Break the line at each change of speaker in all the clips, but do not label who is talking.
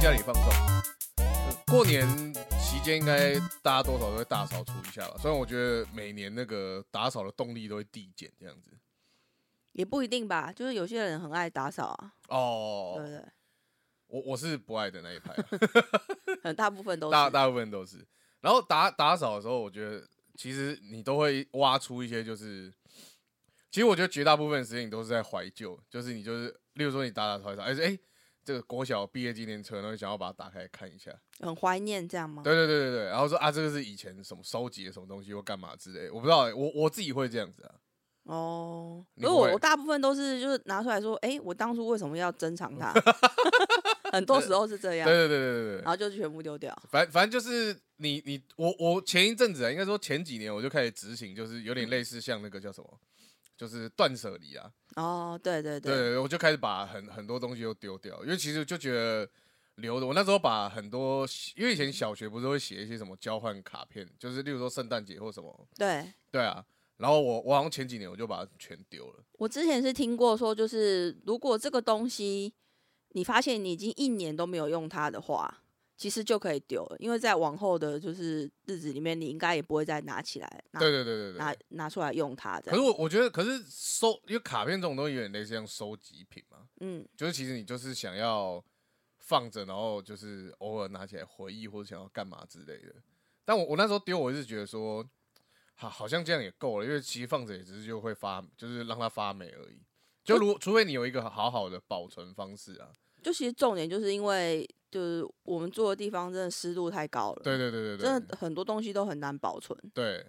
家里放纵。过年期间应该大家多少都会大扫除一下吧，虽然我觉得每年那个打扫的动力都会递减这样子。
也不一定吧，就是有些人很爱打扫啊，对
哦，
不对？
我我是不爱的那一派啊、啊
很大部 分都
大
是。
大部分都是。然后打打扫的时候，我觉得其实你都会挖出一些，就是其实我觉得绝大部分时间你都是在怀旧，就是你就是，例如说你打打扫一扫，哎哎，这个国小毕业纪念册，然后你想要把它打开看一下，
很怀念这样吗？
对对对对对，然后说啊，这个是以前什么收集的什么东西或干嘛之类的，我不知道欸、我我自己会这样子啊，
哦，
你
可是我
会
我大部分都是就是拿出来说，哎、我当初为什么要珍藏它？ 很多时候是这样
对，对对对对对
然后就全部丢掉。
反反正就是你你我我前一阵子啊，应该说前几年我就开始执行，就是有点类似像那个叫什么，就是断舍离啊。
哦，对对
对，
对，
我就开始把很很多东西都丢掉，因为其实就觉得留的。我那时候把很多，因为以前小学不是会写一些什么交换卡片，就是例如说圣诞节或什么，
对
对啊。然后我我好像前几年我就把它全丢了。
我之前是听过说，就是如果这个东西你发现你已经一年都没有用它的话，其实就可以丢了，因为在往后的就是日子里面，你应该也不会再拿起来拿
对对对对
拿
对。
拿出来用它
可
的
是。我我觉得，可是收因为卡片这种东西有点类似像收集品嘛，
嗯，
就是其实你就是想要放着，然后就是偶尔拿起来回忆或者想要干嘛之类的。但我我那时候丢，我是觉得说，好，好像这样也够了，因为其实放着也只是就会发，就是让它发霉而已。就如除非你有一个好好的保存方式啊，
就其实重点就是因为就是我们住的地方真的湿度太高了，
对对对对对，
真的很多东西都很难保存。
对，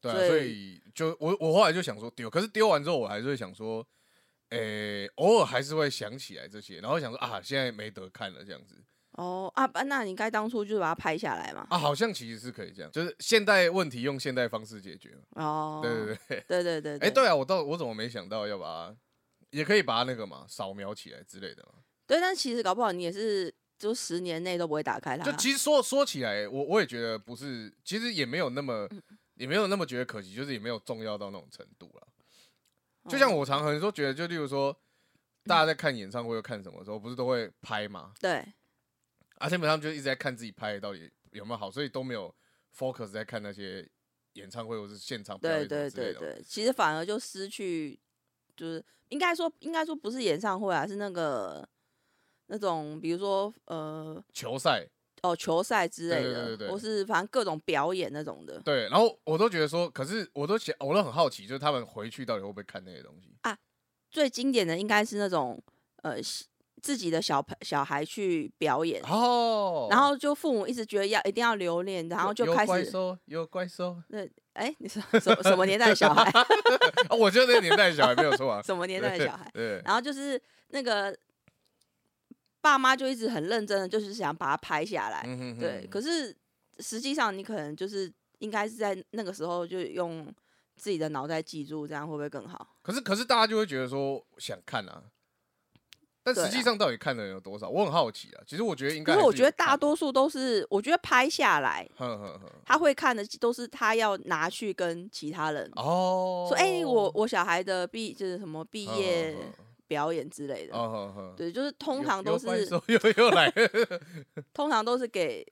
对啊、
所
所
以
以就我我后来就想说丢，可是丢完之后我还是会想说，诶、偶尔还是会想起来这些，然后想说啊，现在没得看了这样子
哦啊，啊那你该当初就把它拍下来嘛。
啊，好像其实是可以这样，就是现代问题用现代方式解决嘛。
哦，
对对对，
对对对
哎、对啊，我到我怎么没想到要把它，也可以把它那个嘛扫描起来之类的嘛。
对，但其实搞不好你也是就十年内都不会打开它。
就其实说说起来，我我也觉得不是，其实也没有那么
嗯
也没有那么觉得可惜，就是也没有重要到那种程度啦。就像
哦
我常很多觉得，就例如说，大家在看演唱会或看什么的时候，不是都会拍嘛？
对
啊，基本上就一直在看自己拍的到底有没有好，所以都没有 focus 在看那些演唱会或是现场表
对
演什
对
么之类
对
的嘛。
对，其实反而就失去，就是应该说应该说不是演唱会啊，是那个那种比如说呃
球赛
哦球赛之
对
类
对对
的，
对对
或是反正各种表演那种的
对，然后我都觉得说，可是我都想，我都很好奇，就是他们回去到底会不会看那些东西？
最经典的应该是那种呃小自己的小朋小孩去表演。
哦，
然后就父母一直觉得要一定要留恋，然后
有
就
有
开
怪
始
兽，有怪兽
哎、你是什么什么年代的小孩？
啊！我觉得那个年代的小孩没有错
，
啊
什么年代的小孩？
对，
然后就是那个爸妈就一直很认真的，就是想把它拍下来。
嗯哼哼
对，可是实际上你可能就是应该是在那个时候就用自己的脑袋记住，这样会不会更好？
可是可是大家就会觉得说想看啊，但
对
实
啊
际上到底看的人有多少？我很好奇啊。其实我觉得应该
可
还有看
是
的，
我觉得大多数都是，我觉得拍下来
哼哼哼，
他会看的都是他要拿去跟其他人。
哦，
说哎、我我小孩的毕就是什么毕
哼哼
业
哼
表演之类的，
哦哼哼，
呃对，就是通常都是
又又来了，
通常都是给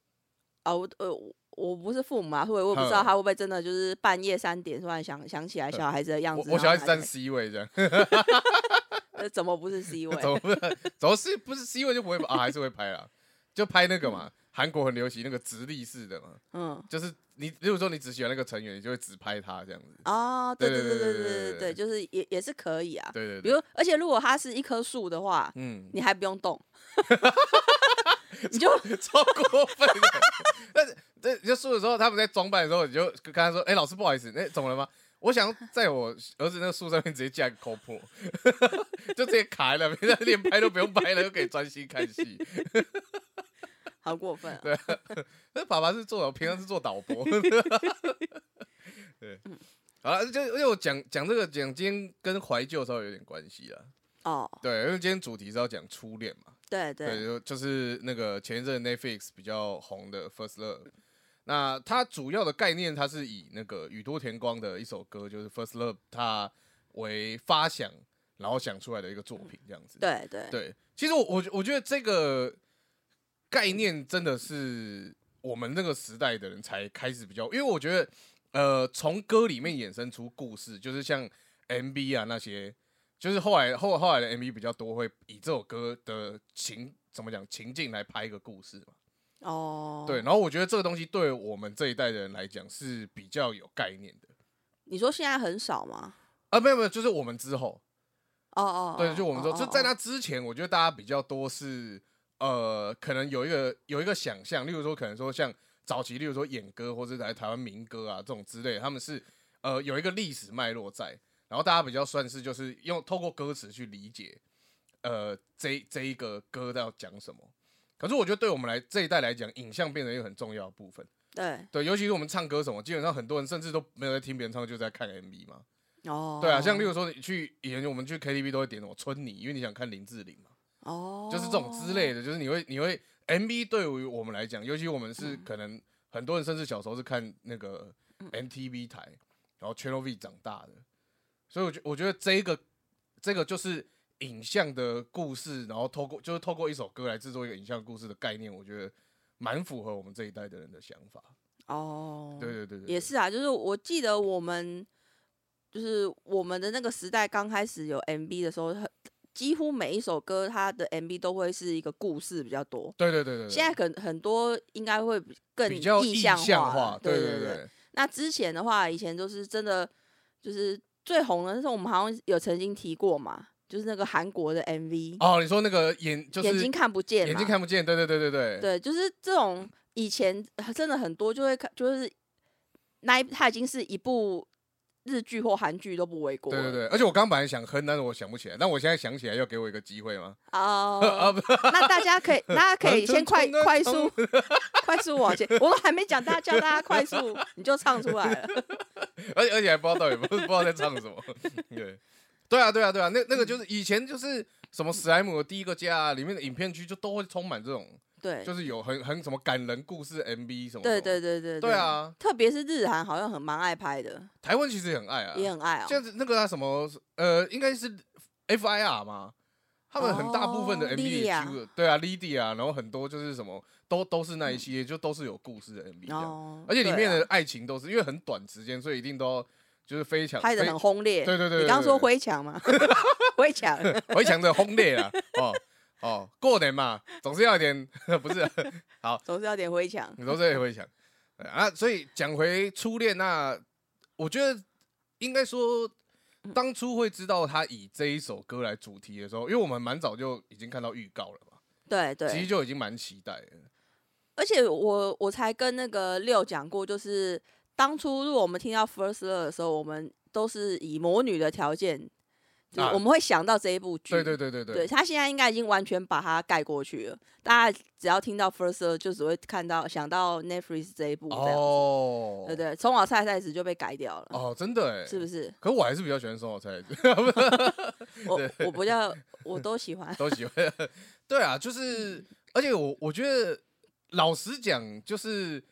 啊，我呃，我我不是父母啊，所以我也不知道
嗯
他会不会真的就是半夜三点突然想想起来小孩子的样
我
子。啊
我小孩
然
子
后
站
拿起
C 位这样，
来，呃怎么不是 C 位？
怎么不是？ 怎么是不是 C 位就不会吧 啊？还是会拍啦，就拍那个嘛，韩国很流行那个直立式的嘛，
嗯，
就是你，例如说你只喜欢那个成员，你就会只拍他这样子。
哦，对
对
对
对
对对
对
对
对
对
对
对，就是也也是可以啊。
对对
比
对，
如，而且如果它是一棵树的话，
嗯，
你还不用 动， 你就
超过分的。 但是这你就说的时候，他们在装扮的时候，你就跟他说：“哎、老师，不好意思，那、怎么了吗？我想在我儿子那个树上面直接架个 GoPro，就直接卡在那边，他连拍都不用拍了，就可以专心看戏。
好过分啊。
那爸爸是做，平常是做导播。 对，好了，就因为我讲讲这个讲今天跟怀旧稍微有点关系啦。
哦，
对，因为今天主题是要讲初恋嘛。
对
对，
对，
就就是那个前一阵 Netflix 比较红的《First Love》，那它主要的概念，它是以那个宇多田光的一首歌，就是《First Love》，它为发想，然后想出来的一个作品，这样子。
对对
对，其实我我觉我觉得这个概念真的是我们那个时代的人才开始比较，因为我觉得，呃，从歌里面衍生出故事，就是像 MV 啊那些，就是后来后后来的 MV 比较多会以这首歌的情怎么讲情境来拍一个故事嘛。
哦，
对，，然后我觉得这个东西对我们这一代的人来讲是比较有概念的。
你说现在很少吗？
啊，没有没有，就是我们之后，
哦哦，
对，就我们说，
哦
就
哦
在
哦
那之前，我觉得大家比较多是呃，可能有一个有一个想象，例如说，可能说像早期，例如说演歌或者来台湾民歌啊这种之类，他们是呃有一个历史脉络在，然后大家比较算是就是用透过歌词去理解呃这这一个歌要讲什么。可是我觉得对我们来这一代来讲，影像变成一个很重要的部分。
对
对，尤其是我们唱歌什么，基本上很多人甚至都没有在听别人唱歌，就在看 MV 嘛。
哦，
对啊，像例如说你去以前我们去 KTV 都会点什么春泥，因为你想看林志玲嘛，
哦，
就是这种之类的，就是你会你会 MV 对于我们来讲，尤其我们是
嗯
可能很多人甚至小时候是看那个 MTV 台，然后 Channel V 长大的，所以我觉我觉得这一个这个就是影像的故事，然后透过就是透过一首歌来制作一个影像故事的概念，我觉得蛮符合我们这一代的人的想法。
哦，
对对对对，
也是啊，就是我记得我们就是我们的那个时代刚开始有 MV 的时候，很几乎每一首歌它的 MV 都会是一个故事比较多。
对对对对对，
现在可能很多应该会比更
比较
意
象
化了，
对
对
对。
那之前的话，以前就是真的就是最红的那时候，我们好像有曾经提过嘛，就是那个韩国的 MV，、
哦，你说那个眼就是
眼睛看不见嘛，
眼睛看不见，对对对对对
对，就是这种以前真的很多就会看，就是那一它已经是一部日剧或韩剧都不为过
对
了。
对对，而且我刚本来想哼，但是我想不起来，但我现在想起来，要给我一个机会吗？
哦、
啊不，
那大家可以，大家可以 先快快速快速往前，我都还没讲，大家叫大家快速，你就唱出来 了。
而且而且还不知道到底不不知道在唱什么， 对。对啊，对啊，对啊，那那个就是以前就是什么史莱姆的第一个家、啊、里面的影片区就都会充满这种，
对，
就是有很很什么感人故事 MV 什么什么
对对对对
对，啊，
特别是日韩好像很蛮爱拍的，
台湾其实也很爱啊，
也很爱哦、
像是那个、啊、什么呃，应该是 FIR 嘛，他们很大部分的
哦
MV 也
Lydia
出了，对啊，Lady 啊，然后很多就是什么都都是那一系列，就都是有故事的 MV 这样，
嗯哦，
而且里
对
面的
啊
爱情都是因为很短时间，所以一定都就是非常
啊拍的
非
很轰烈。
对对对对
你刚刚说
对
灰墙吗？灰墙，
非常的轰烈啦，哦哦，过年嘛，总是要一点 不是啊，
总是要点灰墙。
你都这也会想对啊，所以讲回初恋，那我觉得应该说，
嗯
当初会知道他以这一首歌来主题的时候，因为我们蛮早就已经看到预告了嘛，
对对，
其实就已经蛮期待了。
而且我我才跟那个六讲过，就是当初如果我们听到 First Love 的时候，我们都是以魔女的条件，就是
啊
我们会想到这一部剧。
对对对对对，
对他现在应该已经完全把它盖过去了。大家只要听到 First Love，就只会看到想到 Netflix 这一部这样子。
哦，
对对，从小菜菜子就被改掉了，
哦，真的哎，
是不是？
可我还是比较喜欢松好菜，
我我不叫，我都喜欢。
都喜欢。对啊，就是，而且我我觉得，老实讲，就是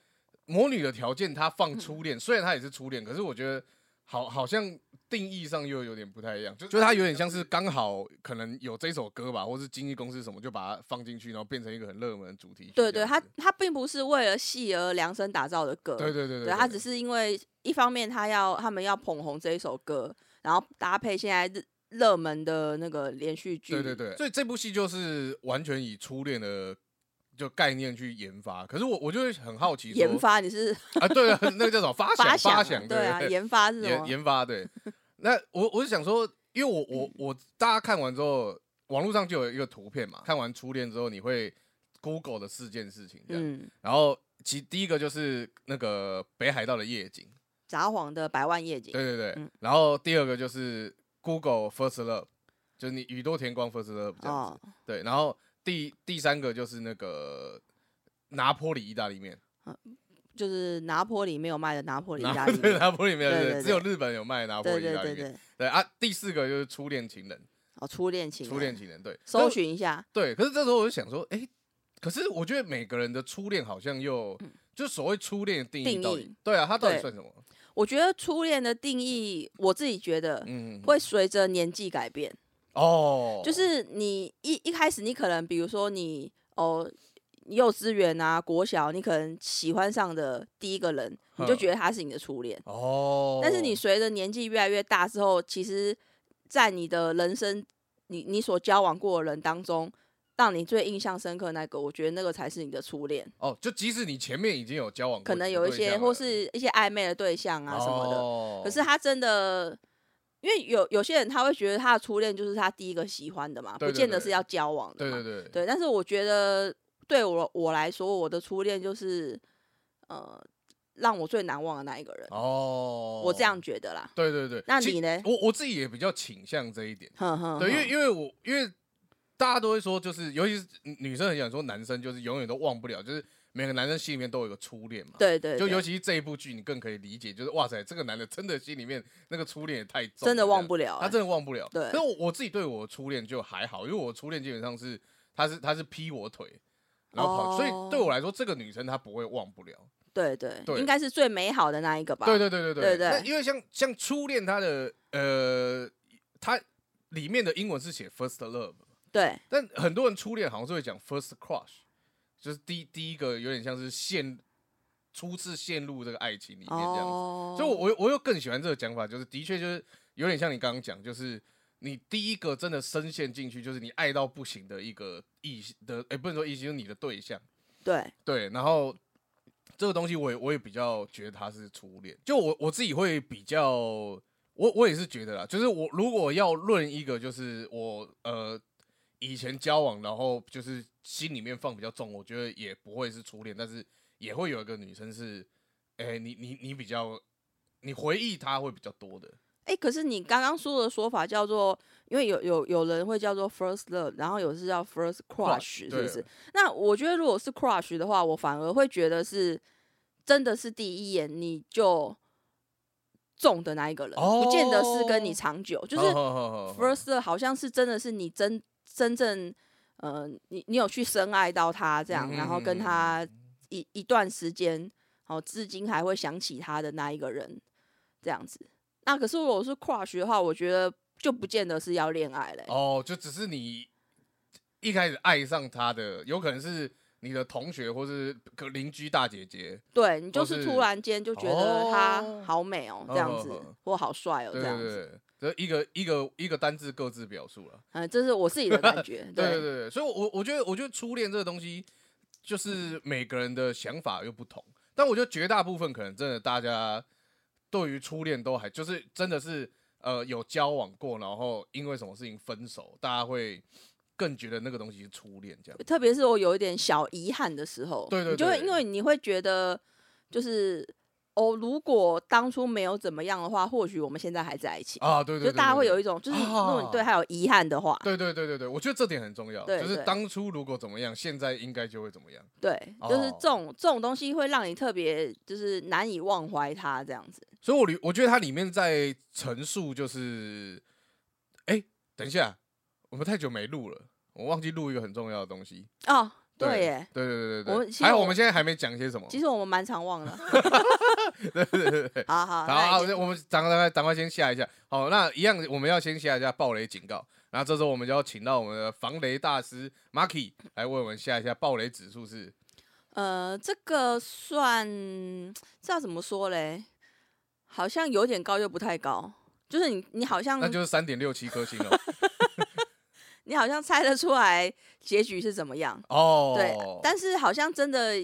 魔女的条件，她
嗯
放初恋，虽然她也是初恋，可是我觉得好好像定义上又有点不太一样，就就它有点像是刚好可能有这首歌吧，或是经纪公司什么就把它放进去，然后变成一个很热门的主题曲这
对
样子。
对，他他并不是为了戏而量身打造的歌。
对对对
对他只是因为一方面他要他们要捧红这一首歌，然后搭配现在热热门的那个连续剧，
对对对，所以这部戏就是完全以初恋的。就概念去研发，可是我我就会很好奇说，
研发你是
啊，对啊，那个 叫什么发想
发想啊、
想，
对啊，研发是什
研
么？
研发 对。那我我是想说，因为我
嗯
我我大家看完之后，网络上就有一个图片嘛，看完初恋之后，你会 Google 的四件事情这样。
嗯，
然后其第一个就是那个北海道的夜景，
札幌的百万夜景，
对对对。
嗯
然后第二个就是 Google First Love，就是你宇多田光 First Love 这样子。
哦，
对，然后第第三个就是那个拿坡里意大利面，
就是拿坡里没有卖的拿坡里意
拿
大利
对
面，
拿坡里面，
对对
对
对
只有日本有卖拿坡
对
里意
对
大利
对
面。
对，
对啊，第四个就是初恋情人。
哦，初恋情人，
初恋情人，对，
搜
那
寻一下，
对。可是这时候我就想说，哎、可是我觉得每个人的初恋好像又、就所谓初恋的定义
嗯定
到底
义，
对啊，它到底
对
算什么？
我觉得初恋的定义，我自己觉得
嗯，
会随着年纪改变。
哦，
就是你一一开始，你可能比如说你哦，幼稚园啊、国小，你可能喜欢上的第一个人，你就
哼
觉得他是你的初恋。
哦，
但是你随着年纪越来越大之后，其实，在你的人生，你你所交往过的人当中，让你最印象深刻那个，我觉得那个才是你的初恋。
哦，就即使你前面已经有交往过几个
可
对象了，
能有一些或是一些暧昧的对象啊什么的，
哦、
可是他真的。因为有有些人他会觉得他的初恋就是他第一个喜欢的嘛，
对对
不见得
对
是要交往的
对
嘛。
对对，
对，但是我觉得对我我来说，我的初恋就是呃让我最难忘的那一个人，
哦，
我这样，觉得啦。
对对对。
那
其
你呢
我我自己也比较倾向这一点，
哼哼，
对，因为
哼
因为我因为大家都会说，就是尤其是女女生很想说，男生就是永远都忘不了，就是每个男生心里面都有一个初恋嘛。。
对对，
就
对
尤其是这一部剧，你更可以理解，就是哇塞，这个男的真的心里面那个初恋也太重了，
真的
这
忘
样
不了欸、
他真的忘不了。
对
但我我自己对我初恋就还好，因为我初恋基本上是他是他是劈我腿，然后跑，
哦
所以对我来说，这个女生她不会忘不了。
对对，
对
应该是最美好的那一个吧？
对对对对
对对
那因为像像初恋，它的呃，它里面的英文是写 first love，
对
但很多人初恋好像是会讲 first crush，就是第第一个有点像是陷初次陷入这个爱情里面这样子。
哦，
所以我，我我又更喜欢这个讲法，就是的确就是有点像你刚刚讲，就是你第一个真的深陷进去，就是你爱到不行的一个异性的，哎、不能说异性，就是你的对象，
对
对。然后这个东西我，也我也比较觉得他是初恋，就我我自己会比较，我我也是觉得啦，就是我如果要论一个，就是我呃以前交往，然后就是心里面放比较重，我觉得也不会是初恋，但是也会有一个女生是，哎、你你你比较。你回忆她会比较多的，
哎、可是你刚刚说的说法叫做，因为有有有人会叫做 first love，然后有是叫 first
Crush，
crush，是不是
对？
那我觉得如果是 crush 的话，我反而会觉得是真的是第一眼你就中的那一个人，不见得是跟你
哦
长久，就
就是
first love 好像是真的是你真真正。呃，你你有去深爱到他这样，然后跟他一一段时间，哦，至今还会想起他的那一个人，这样子。那可是如果是 crush 的话，我觉得就不见得是要恋爱欸嘞、
哦，就只是你一开始爱上他的，有可能是你的同学或是可邻居大姐姐。
对你就
或
是
哦是
突然间就觉得他
哦
好美哦、这样子，
嗯嗯嗯
或好帅哦、
对
这样
对
子。
对，这一个一个一个单字各自表述了。
嗯、这是我自己的感觉。
对对对对，所以我，我我觉得，我觉得初恋这个东西，就是每个人的想法又不同，但我觉得绝大部分可能真的大家对于初恋都还就是真的是呃有交往过，然后因为什么事情分手，大家会更觉得那个东西是初恋这样。
特别是我有一点小遗憾的时候，
对对
你就会
对
因为你会觉得，就是哦，如果当初没有怎么样的话，或许我们现在还在一起，
啊，对对对，
就大家
对
会
对哦
有一种，就是如果你对他有遗憾的话，
对对对对对，我觉得这点很重要，
对
就是
对
当初如果怎么样，现在应该就会怎么样。
对，就是
哦
这种这种东西会让你特别就是难以忘怀他这样子。
所以我里我觉得它里面在陈述就是，哎、等一下，我们太久没录了，我忘记录一个很重要的东西。
哦，对
对
耶，
对对对对
我
对
们，其实
还有
我
我们现在还没讲些什么。
其实我们蛮常忘的。
对对对对。
好好，
好
那
啊，
已经
我们赶快赶快先下一下。好，那一样我们要先下一下暴雷警告。然后这时候我们就要请到我们的防雷大师 Marky 来为我们下一下暴雷指数是
呃，这个算这要怎么说嘞？好像有点高又不太高，就是你你好像
那就是三点六七颗 星了。
你好像猜得出来结局是怎么样，
哦，
对，但是好像真的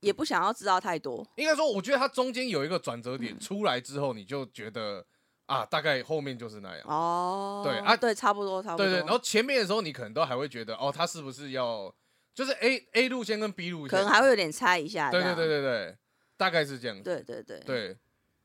也不想要知道太多。
应该说，我觉得它中间有一个转折
嗯
点出来之后，你就觉得啊，大概后面就是那样。
哦，
对啊
对，差不多，差不多。
对对，然后前面的时候，你可能都还会觉得哦，他是不是要就是 A A 路线跟 B 路
可
线
能，还会有点猜一下这
对对
样。
对对对，大概是这样子。
对对对
对，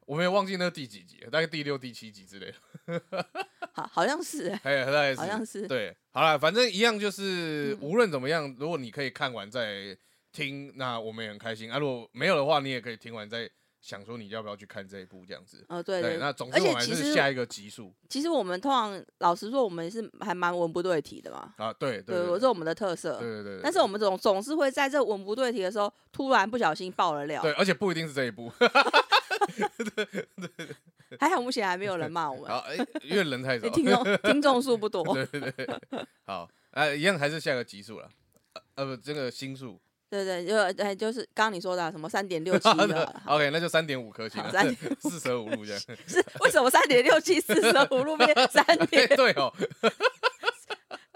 我没有忘记那第几集了，大概第六、第七集之类的，
好，好像是欸，
哎，大概
好像
是。
是。嗯
对，好了，反正一样就是，无论怎么样，如果你可以看完再听，那我们也很开心啊。如果没有的话，你也可以听完再想说你要不要去看这一部这样子。
哦，对
对，
对，
那总之
而
我
且
们还
其
是
实
下一个集数
其实我们通常老实说，我们是还蛮文不对题的嘛。
啊，对对
对，我
对
是我们的特色。
对对对，
但是我们总总是会在这文不对题的时候，突然不小心爆了料。
对，而且不一定是这一 部，
还好目前还没有人骂 我们，
好，哎因为人太少
因为，听众听众数 不多。
呃对对对，好，啊，一样还是下个集数了，呃，不，这个星数
对对，就哎，就是刚刚你说的啊、什么三点六 七
好
的
的，OK，那就三点五颗星
好
啊，
三
四舍五入这样。
是为什么三点六七四舍五入 变三
哎
点？
对哦，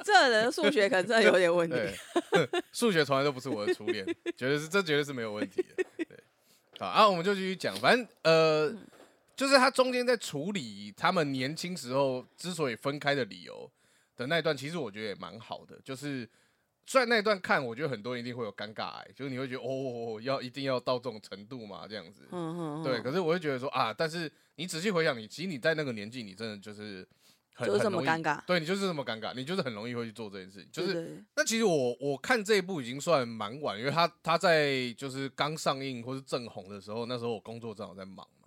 这人的数学可能真的有点问题。
对， 数学从来都不是我的初恋，绝对是这绝对是没有问题的。对，好，啊，我们就继续讲，反正呃，
嗯
就是他中间在处理他们年轻时候之所以分开的理由的那一段，其实我觉得也蛮好的，就是。虽然那一段看，我觉得很多人一定会有尴尬癌，就是你会觉得哦哦，哦要一定要到这种程度嘛，这样子。
嗯嗯，嗯
对，可是我会觉得说啊，但是你仔细回想你，其实你在那个年纪，你真的就是很
就是这
很
么
容易
尴尬。
对你就是这么尴尬，你就是很容易会去做这件事情。就
对
是
对对
那其实我我看这一部已经算蛮晚，因为他他在就是刚上映或是正红的时候，那时候我工作正好在忙嘛。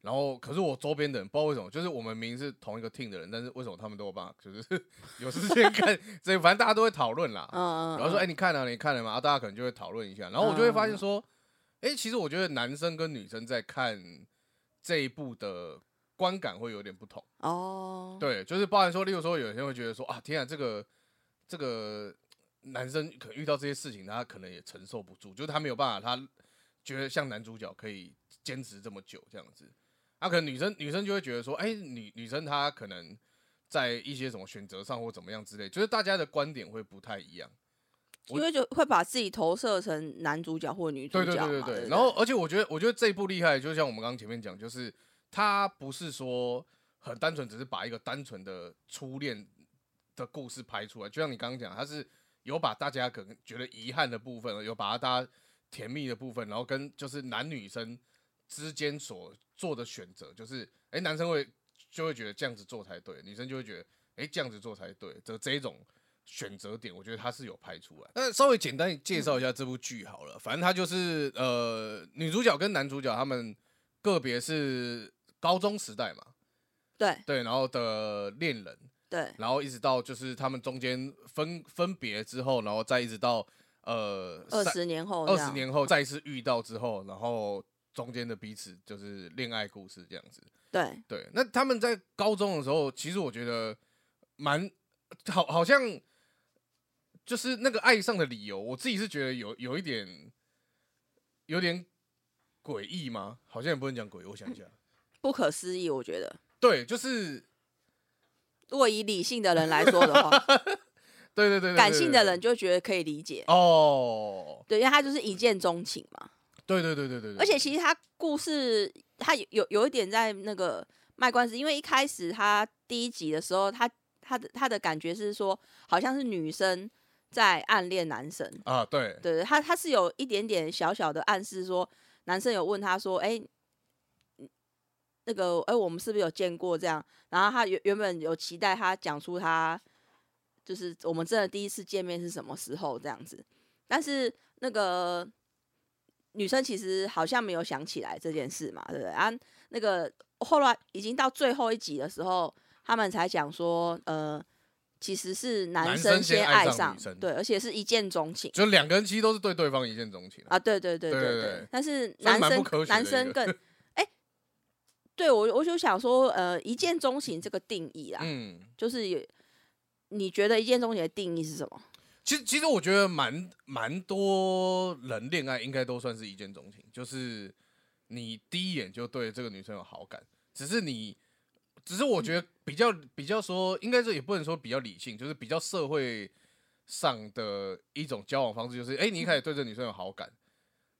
然后可是我周边的人不知道为什么，就是我们明明是同一个 team 的人，但是为什么他们都有办法就是 有时间看这个，反正大家都会讨论啦。
嗯嗯，嗯
然后说：“哎、
哎，
你看了、你看了吗？”啊，大家可能就会讨论一下。然后我就会发现说：“哎、其实我觉得男生跟女生在看这一部的观感会有点不同。
哦，
对，就是包含说，例如说，有些人会觉得说：‘啊，天啊，这个这个男生可能遇到这些事情，他可能也承受不住，就是他没有办法，他觉得像男主角可以坚持这么久这样子。’啊，可能女生女生就会觉得说：‘哎、女女生她可能在一些什么选择上或怎么样之类，就是大家的观点会不太一样。”我
因为就会把自己投射成男主角或女主
对
角
对
嘛，
对对
对不
然后，而且我觉得，我觉得这一部厉害，就像我们刚刚前面讲，就是他不是说很单纯，只是把一个单纯的初恋的故事拍出来。就像你刚刚讲，他是有把大家可能觉得遗憾的部分，有把大家甜蜜的部分，然后跟就是男女生之间所做的选择，就是哎，男生会就会觉得这样子做才对，女生就会觉得哎这样子做才对，这这一种选择点，我觉得他是有拍出来。嗯那稍微简单介绍一下这部剧好了，反正他就是呃，女主角跟男主角他们个别是高中时代嘛，
对
对，然后的恋人，
对
然后一直到就是他们中间分分别之后，然后再一直到呃
二
三
十年后
二
这
十
样
年后再一次遇到之后，然后中间的彼此就是恋爱故事这样子。
对
对，那他们在高中的时候，其实我觉得蛮好，好像就是那个爱上的理由，我自己是觉得有有一点有点诡异吗？好像也不能讲诡异，我想一下，
不可思议，我觉得。
对，就是
如果以理性的人来说 的话，
对对对对，
感
对
性
对
的人就觉得可以理解，
哦，
对，因为他就是一见钟情嘛。
对对对对对，对
而且其实他故事他有有有一点在那个卖关子，因为一开始他第一集的时候，他他的他的感觉是说，好像是女生在暗恋男生，
啊，对
对对，他他是有一点点小小的暗示说，男生有问他说，哎、嗯那个哎、我们是不是有见过这样？然后他原原本有期待他讲出他就是我们真的第一次见面是什么时候这样子，但是那个女生其实好像没有想起来这件事嘛，对不对？啊，那个后来已经到最后一集的时候，他们才讲说，呃。其实是男
男
生
生先
先
爱
爱
上女
上，
生
对，而且是一见钟情。
就两个人其实都是对对方一见钟情啊，
啊，对对对
对
对
对
对
对，
但是
算是
男
蛮不
生
科学
男
的一
生
个
更哎，对我我就想说，呃，一见钟情这个定义啊，
嗯。
就是有你觉得一见钟情的定义是什么？
其实，其实我觉得蛮蛮多人恋爱应该都算是一见钟情，就是你第一眼就对这个女生有好感，只是你，只是我觉得比较比较说，应该是也不能说比较理性，就是比较社会上的一种交往方式，就是哎、诶你一开始对这个女生有好感，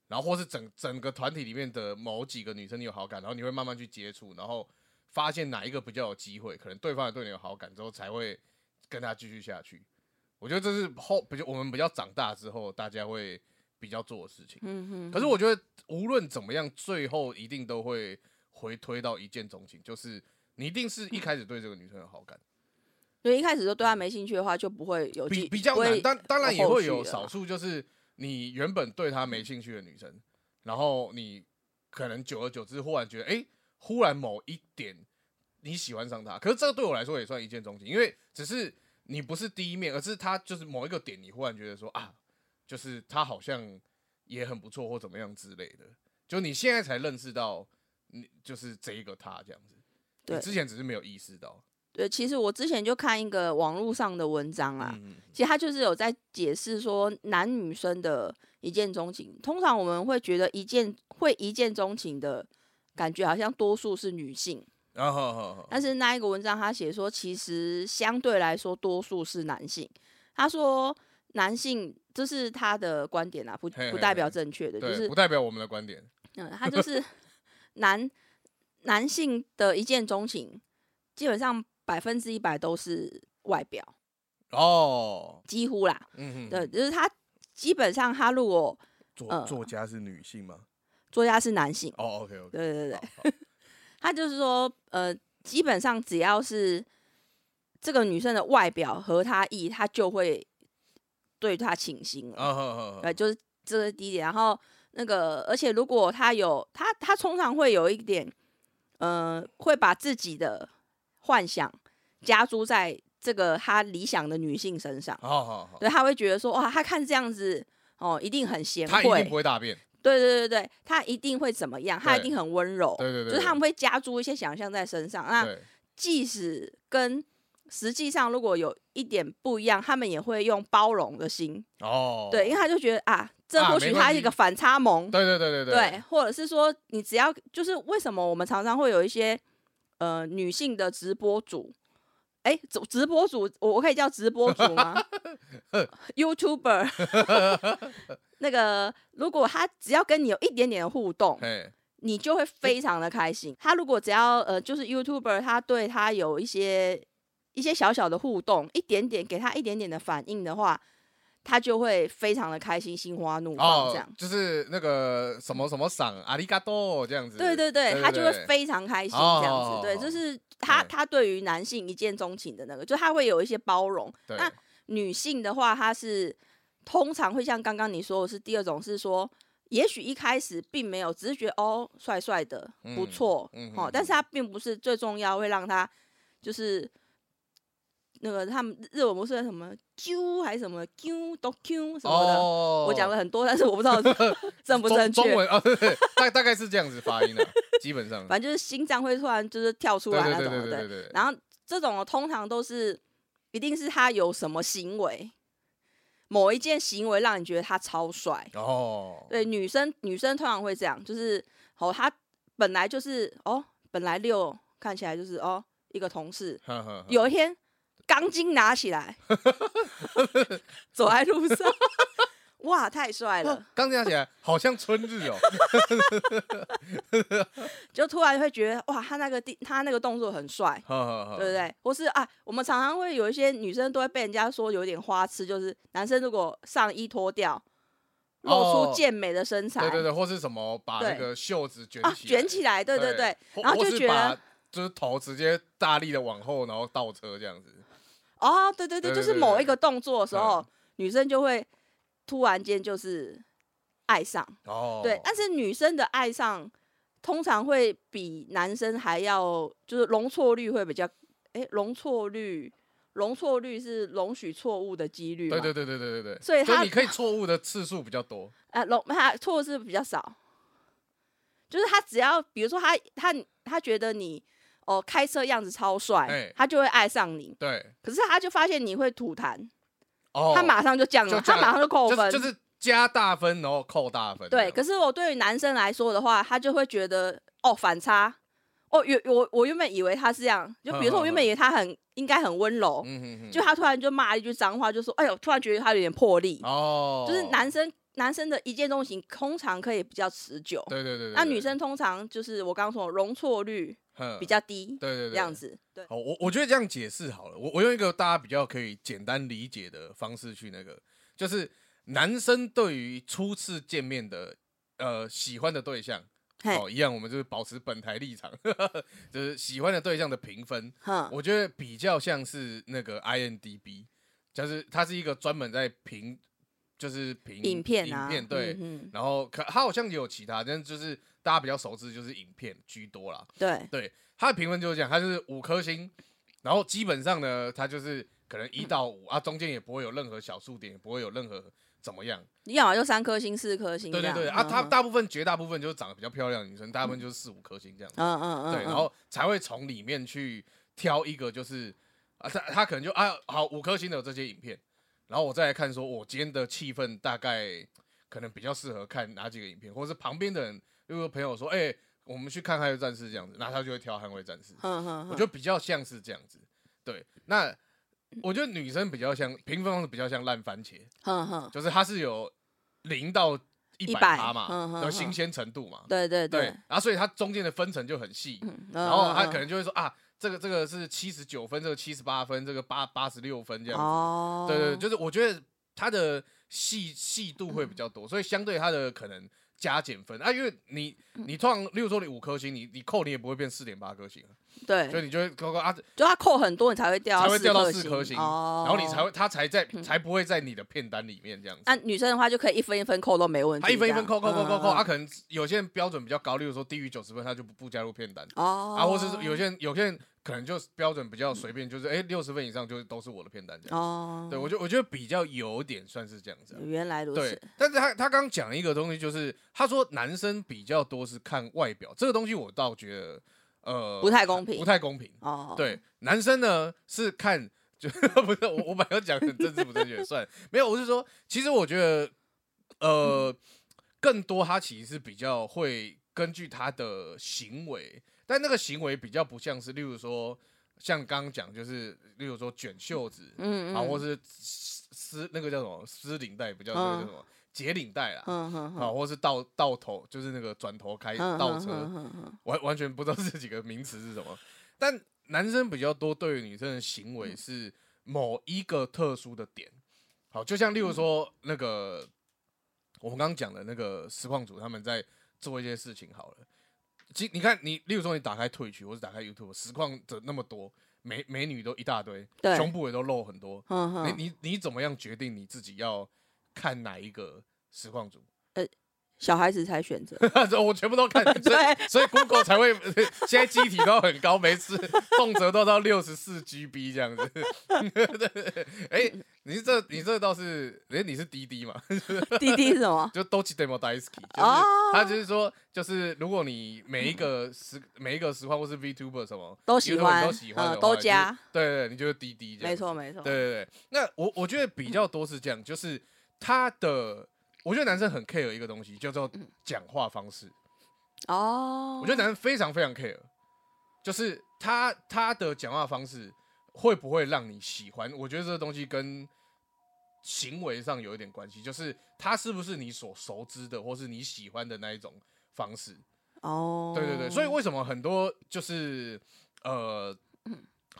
然后或是整整个团体里面的某几个女生你有好感，然后你会慢慢去接触，然后发现哪一个比较有机会，可能对方也对你有好感之后，才会跟他继续下去。我觉得这是后比较我们比较长大之后，大家会比较做的事情。
嗯哼，
可是我觉得无论怎么样，最后一定都会回推到一见钟情，就是你一定是一开始对这个女生有好感，
因为一开始就对他没兴趣的话，就不会有
比
继
比较
不
难。
会
当当然也
有后
会
续
有
了
少数，就是你原本对她没兴趣的女生，然后你可能久而久之忽然觉得，哎、忽然某一点你喜欢上她。可是这个对我来说也算一见钟情，因为只是你不是第一面，而是她就是某一个点，你忽然觉得说啊，就是她好像也很不错或怎么样之类的。就你现在才认识到，你就是这一个她这样子，你
对
之前只是没有意识到。
对，其实我之前就看一个网络上的文章啊，
嗯，
其实他就是有在解释说男女生的一见钟情。通常我们会觉得一见会一见钟情的感觉，好像多数是女性，
然后啊好好
但是那一个文章他写说，其实相对来说多数是男性。他说男性这是他的观点啊，不
嘿嘿
不代表正确的，就
对，
是
不代表我们的观点。
嗯，他就是 男男性的一见钟情，基本上百分之一百都是外表，
哦，
几乎啦。
嗯哼，
对，，就是他基本上他如果
作
呃
作家是女性吗？
作家是男性，
哦，OK OK，
对对对，
好，好
他就是说呃，基本上只要是这个女生的外表合他意，他就会对她倾心了。
啊好好好，
对，就是这个第一点。然后那个，而且如果他有他，他通常会有一点，呃，会把自己的幻想加诸在这个他理想的女性身上，
好好好，
对，他会觉得说，哇，他看这样子。哦，一定很贤
他一定
惠
不，会大便，
对对对对，他一定会怎么样？他一
对
定很温柔，
对对对，
就是他们啊
们
会加诸一些想象在身上。那
对
即使跟实际上如果有一点不一样，他们也会用包容的心
哦，
对，因为他就觉得啊，这
啊
或
没
许
关
他一
系
个反差萌，
对对对对
对，或者是说你只要就是为什么我们常常会有一些呃女性的直播主，哎、直直播主，我我可以叫直播主吗 ？YouTuber，那 个如果他只要跟你有一点点的互动，
嘿，
你就会非常的开心。他如果只要呃，就是 YouTuber，他对他有一些一些小小的互动，一点点给他一点点的反应的话，他就会非常的开心，心花怒放这样。
哦，就是那个什么什么赏阿里嘎多这样子，
对对
对
对，他就会
对
非常开心这样
哦
子。对，就是他
对
他对于男性一见钟情的那个，就他会有一些包容。
对，
那女性的话，她是通常会像刚刚你说的是第二种，是说也许一开始并没有，只是觉得哦帅帅的
嗯
不错，
嗯哼
哦，但是她并不是最重要，会让她就是那个他们日文不是有什么 Q 还是什么 Q 都 Q 什么的，
哦，
我讲了很多，但是我不知道 正不
中
正
中
确。
文哦，对对，大大概是这样子发音的，啊基本上，
反正就是心脏会突然就是跳出
对
来那
对
种
对
的，
对对对对，
然后这种的通常都是一定是他有什么行为，某一件行为让你觉得他超帅。
哦，
对，女生女生通常会这样，就是哦，他本来就是哦，本来六看起来就是哦一个同事，
呵呵呵
有一天钢筋拿起来，走在路上， 哇，太帅了，
啊刚讲起来好像春日 哦，
就突然会觉得哇，他那个地他那个动作很帅，
呵呵呵
对不对？或是啊，我们常常会有一些女生都会被人家说有点花痴，就是男生如果上衣脱掉，露
哦
出健美的身材，
对对对，或是什么把那
对
个袖子卷
啊，
起
卷起来，对对对，
或
然后
或
就是觉
把
得
就是头直接大力的往后，然后倒车这样子，
哦，对对
对
对，
对
就是
对
某
对
一个动作的时候，女生就会突然间就是爱上，
哦，
对，但是女生的爱上通常会比男生还要，就是容错率会比较，哎，容错率。容错率是容许错误的几率嘛？
对对对对对对对，
所以他
你可以错误的次数比较多，
呃，龙他错是比较少，就是他只要比如说他他他觉得你哦开车样子超帅，
哎
他就会爱上你。
对，
可是他就发现你会吐痰，
哦，
他马上就降
就
了，
降了
他马上就扣
就
分。
就是加大分，然后扣大分，
对，可
是
是我对于男生来说的话，他就会觉得哦反差。哦，原我我原本以为他是这样，就比如说我原本以为他很应该很温柔，
嗯哼哼，
就他突然就骂一句脏话，就说哎呦，突然觉得他有点魄力，
哦，
就是男，生男生的一见钟情通常可以比较持久，
对对对对，
那
对
女生通常就是我刚刚说的容错率
哼
比。较低，
嗯对对对，哦
这样子。对，
好，我我觉得这样解释好了。我我用一个大家比较可以简单理解的方式去那个，就是男生对于初次见面的呃喜欢的对象，
嘿，
哦，一样，我们就是保持本台立场， 就是喜欢的对象的评分，
哼，
我觉得比较像是那个 INDB，就是它是一个专门在评，就是评
影片啊，
影片对。
嗯哼，
然后可它好像也有其他，但就是大家比较熟知就是影片居多啦。
对，
对，他的评分就是这样，他就是五颗星，然后基本上呢，他就是可能一到五啊，中间也不会有任何小数点，也不会有任何怎么样。
你要么就三颗星、四颗星这
对对对，
样，
啊，
嗯
他
哼
大部分绝大部分就是长得比较漂亮的女生，大部分就是四五颗星这样子，
嗯嗯嗯，
对，然后才会从里面去挑一个就是啊，他他可能就啊好五颗星的有这些影片，然后我再来看说我今天的气氛大概可能比较适合看哪几个影片，或者是旁边的人如果朋友说哎、我们去看《捍卫战士》这样子，那他就会挑《捍卫战士》。
哼哼，
我觉得比较像是这样子。对，
嗯
那我觉得女生比较像评分方式比较像烂番茄，
哼哼，
就是它是有零到一
100
百趴
嗯
嘛，
哼
有
哼
新鲜程度嘛。
对对
对，
对，
然后所以它中间的分层就很细，
嗯
然后
嗯
他
嗯
可能就会说啊，这个这个是七十九分，这个七十八分，这个八八十六分这样
哦嗯
子。，对对，就是我觉得它的细细度会比较多，所以相对它的可能。加减分啊，因为你
嗯
你通常，例如说你五颗星，你你扣你也不会变四点八颗星啊，
对
所以你就会扣扣啊，
就它扣很多，你才会掉
才会掉到
四
四颗星，
哦，嗯
然后你才会，他才在，才不会在你的片单里面这样子。
那女生的话就可以一分一分扣都没问题，
他一分一分扣扣扣扣扣，啊
这样嗯
他可能有些人标准比较高，例如说低于九十分，他就不不加入片单
嗯嗯哦，
啊，或是有些人有些人可能就是标准比较随便，就是哎六十分以上就是都是我的片单这样。
哦，
对我觉得我觉得比较有点算是这样子啊。
原来如
对
此，，
但是他他刚讲了一个东西，就是他说男生比较多是看外表，这个东西我倒觉得呃
不太公平
不太公平。
哦，
对，男生呢是看就 不是我我本来要讲很政治不正确，算没有，我是说，其实我觉得呃，更多他其实是比较会根据他的行为，但那个行为比较不像是，例如说像刚刚讲，就是例如说卷袖子，
嗯，嗯
啊，
嗯，
或是丝丝那个叫什么丝领带，不叫那个叫什么结领带啦。
嗯哼
啊，
哼，
或是倒倒头，就是那个转头开
嗯
倒
哼
车，
哼哼哼
完完全不知道这几个名词是什么。但男生比较多对于女生的行为是某一个特殊的点，好，就像例如说那个我们刚刚讲的那个实况组他们在做一些事情好了，其你看你，例如说你打开退去或者打开 YouTube，实况者那么多，美美女都一大堆，
对嗯
胸部也都露很多，
哼
你
哼，
你你怎么样决定你自己要看哪一个实况组？
小孩子才 选 择，
这我全部都看， 所以所以 Google 才会 现在机体都很高，没事，动辄都到六十四 GB 这样子。 哎、你这你这倒是，哎、你是滴滴嘛？
弟弟是什么？
就 Dochi Demo d i s k y 就是
哦
他就是说，就是如果你每一个实每一个实况或是 VTuber 什么
都喜
YouTuber
欢
都喜欢
嗯
的话，
都
你就
加，
对对，你就是滴滴这样
没
子
错没错，
对对对，那我我觉得比较多是这样，就是他的，我觉得男生很 care 一个东西，叫做
嗯
讲话方式。
哦，
我觉得男生非常非常 care，就是他他的讲话方式会不会让你喜欢？我觉得这个东西跟行为上有一点关系，就是他是不是你所熟知的，或是你喜欢的那一种方式。
哦，
对对对，所以为什么很多就是呃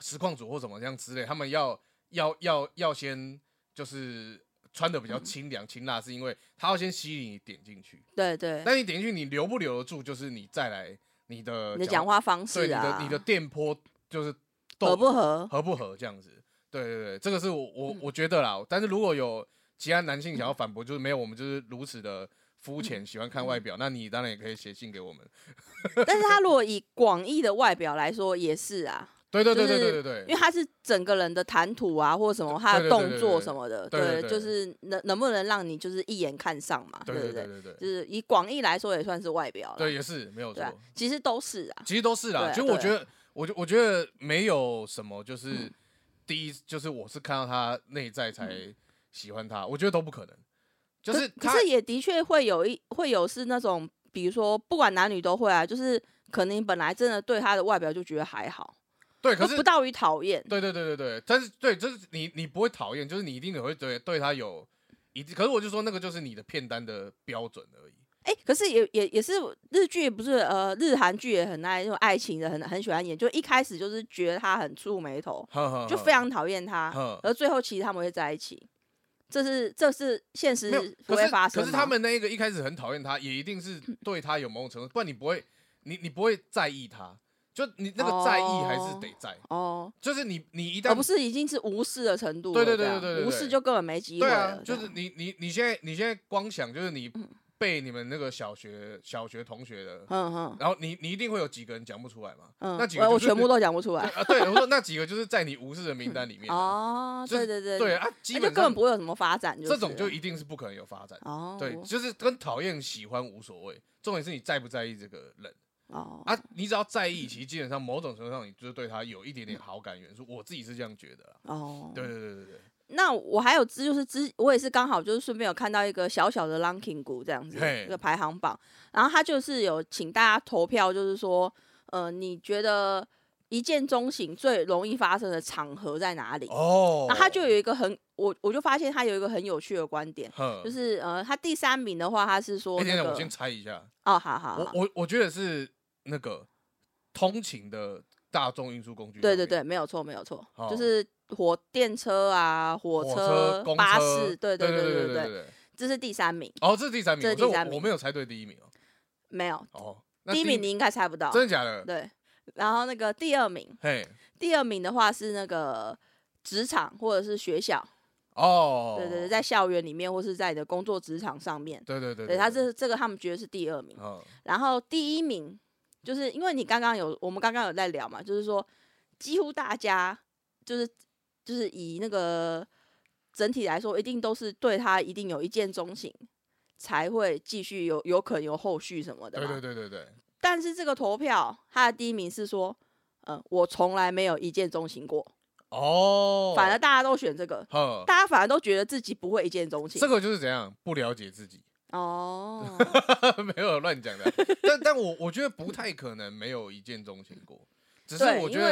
实况组或什么这样之类，他们要要要要先就是穿的比
嗯
较清凉清辣，是因为他要先吸引你点进去，
对对，
但你点进去你留不留得住，就是你再来你的
你的讲话方
对
式
你
啊
的，你的电波就是
合嗯
斗
不合？
合不合这样子。对对对，这个是我我我觉得啦，但是如果有其他男性想要
嗯
反驳，就是没有我们就是如此的肤浅，喜欢看外表，那你当然也可以写信给我们。
但是他如果以广义的外表来说，也是啊，
对对对
就
对
是
对对对，
因为他是整个人的谈吐啊，或者什么他
对
的
对
动
对
作
对
什么的，
对对对
就是能能不能让你就是一眼看上嘛，
对
不
对
对？
对对
就
对，
是以广义来说，也算是外表了，
对也是没有错
对啊，，其实都是啊，
其实都是
对
啦。
啊
其实我
对啊嗯
觉得，我觉我觉得没有什么，就是第一就是我是看到他内在才喜欢他，我觉得都不可能。就是
嗯可
他
是也的确会有一会有是那种，比如说不管男女都会啊，就是可能你本来真的对他的外表就觉得还好，
对，可
就是不到于讨厌，
对对对对对，但是对，就是你你不会讨厌，就是你一定会对对他有一定，可是我就说那个就是你的片单的标准而已。
哎、可是也也也是日剧不是呃日韩剧也很爱那种爱情的很很喜欢演，就一开始就是觉得他很触眉头，
呵呵
就
呵
非常讨厌他
哼，
而最后其实他们会在一起，这是这是现实
没有，
不
可
会
是
发生啊嗯
可是
吗
他们那一个一开始很讨厌他，也一定是对他有某种程度，不然你不会，你你不会在意他，就你那个在意还是得在，
哦，
就是你你一
而
旦
不是已经是无视的程度了
对
这
对
样，
对对对对
无
对
视就根本没机会
对
了
啊，，
这
就
样
是你你你现在你现在光想就是你被你们那个小学小学同学的，
嗯嗯
然后你你一定会有几个人讲不出来嘛，
嗯，
那几个
我我
就是
全部都讲不出
对
来
啊，对，我说那几个就是在你无视的名单里面啊，
哦，
就
对
是
对
对
对对，
啊，
那
基
就
本
根本
上
不会有什么发展，
这种就是
了
一定是不可能有发展的。
哦，
对，就是跟讨厌、喜欢无所谓，重点是你在不在意这个人。
哦，
啊，你只要在意，其实基本上某种程度上，你就是对他有一点点好感元素。我自己是这样觉得啦。
哦，
对对对对对，
那我还有知就是知，我也是刚好就是顺便有看到一个小小的 ranking 股这样子
嘿
一个排行榜，然后他就是有请大家投票，就是说，呃，你觉得一见钟情最容易发生的场合在哪里？
哦，
那他就有一个很我我就发现他有一个很有趣的观点，
哼，
就是是呃，他第三名的话，他是说
嗯哎，等
那
等，
个
我先猜一下，
哦，好好
我
好，
我我觉得是那个通勤的大众运输工具，
对对，对，没有错没有错，
哦
就是火电车啊、火
火车、公
巴
车
士，对
对
对
对
对
对对。
这是第三名，
哦，这是第三名，
这是
所以
第三
我
名
我没有猜对第一名哦。
没有
哦，那
第一名你应该猜不到，
真的假的？
对，然后那个第二名，
嘿，
第二名的话是那个职场或者是学校，
哦，
对对对，在校园里面或是在你的工作职场上面，
对对对
对他这这个他们觉得是第二名，
嗯
然后第一名就是因为你刚刚有我们刚刚有在聊嘛，就是说几乎大家就是就是以那个整体来说，一定都是对他一定有一见钟情。才会继续有有可能有后续什么的嘛，
对对对对对，
但是这个投票，它的第一名是说，嗯，我从来没有一见钟情过，
哦，
反而大家都选这个，
呵，
大家反而都觉得自己不会一见钟情。
这个就是怎样不了解自己，
哦，
没有乱讲 的。但但我我觉得不太可能没有一见钟情过， 只是
对，
我觉
因
得，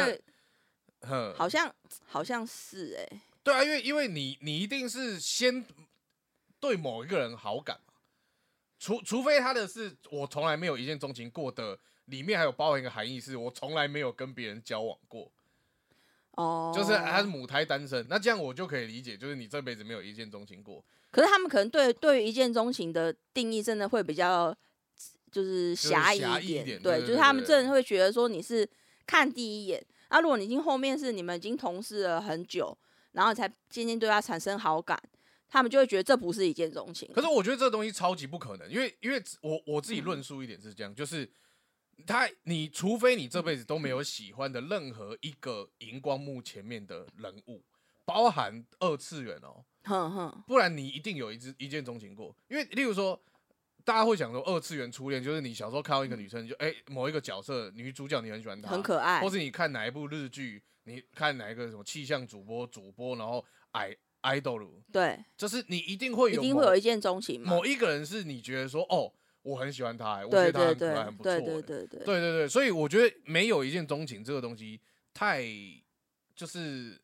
呃
为
哼，
好像好像是哎、
对啊，因为因为你你一定是先对某一个人好感嘛，除除非他的是我从来没有一见钟情过的，里面还有包含一个含义是我从来没有跟别人交往过，
哦，
就是他是母胎单身，那这样我就可以理解，就是你这辈子没有一见钟情过，
可是他们可能对对于一见钟情的定义真的会比较就是狭义
狭义一
点，
点对对
对，就是
对
他们
对
真的会觉得说你是看第一眼，啊，如果你已经后面是你们已经同事了很久，然后你才渐渐对他产生好感，他们就会觉得这不是一见钟情。
可是我觉得这东西超级不可能，因为因为我我自己
嗯
论述一点是这样，就是他你除非你这辈子都没有喜欢的任何一个荧光幕前面的人物，包含二次元哦，
哼哼，
不然你一定有一只一见钟情过。因为例如说，大家会想说二次元初恋，就是你小时候看到一个女生，你就哎、某一个角色女主角你很喜欢她，
很可爱
啊或。是你看哪一部日剧，你看哪一个什么气象主播主播，然后矮 idol，
对，
就是你一定会
一
有
定
某
会有一见钟情嘛
某。一个人是你觉得说哦，我很喜欢他、哎我觉
对
得他
对
很可
对
爱，很不错、
对
哎
对对对，
对对对，所以我觉得没有一见钟情这个东西太就是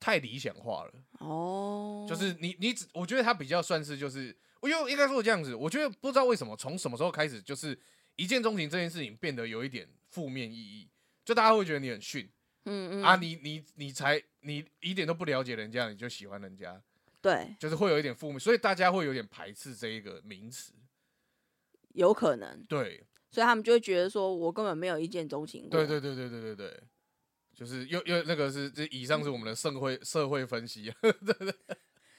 太理想化了。
哦，
就是你你只我觉得他比较算是就是，因为应该说这样子，我觉得不知道为什么从什么时候开始，就是一见钟情这件事情变得有一点负面意义，就大家会觉得你很逊、
嗯嗯
啊，你你你才你一点都不了解人家，你就喜欢人家，
对，
就是会有一点负面，所以大家会有点排斥这一个名词。
有可能，
对
所以他们就会觉得说我根本没有一见钟情过。
对对对对对对对。就是又又那个是这以上是我们的社会社会分析，啊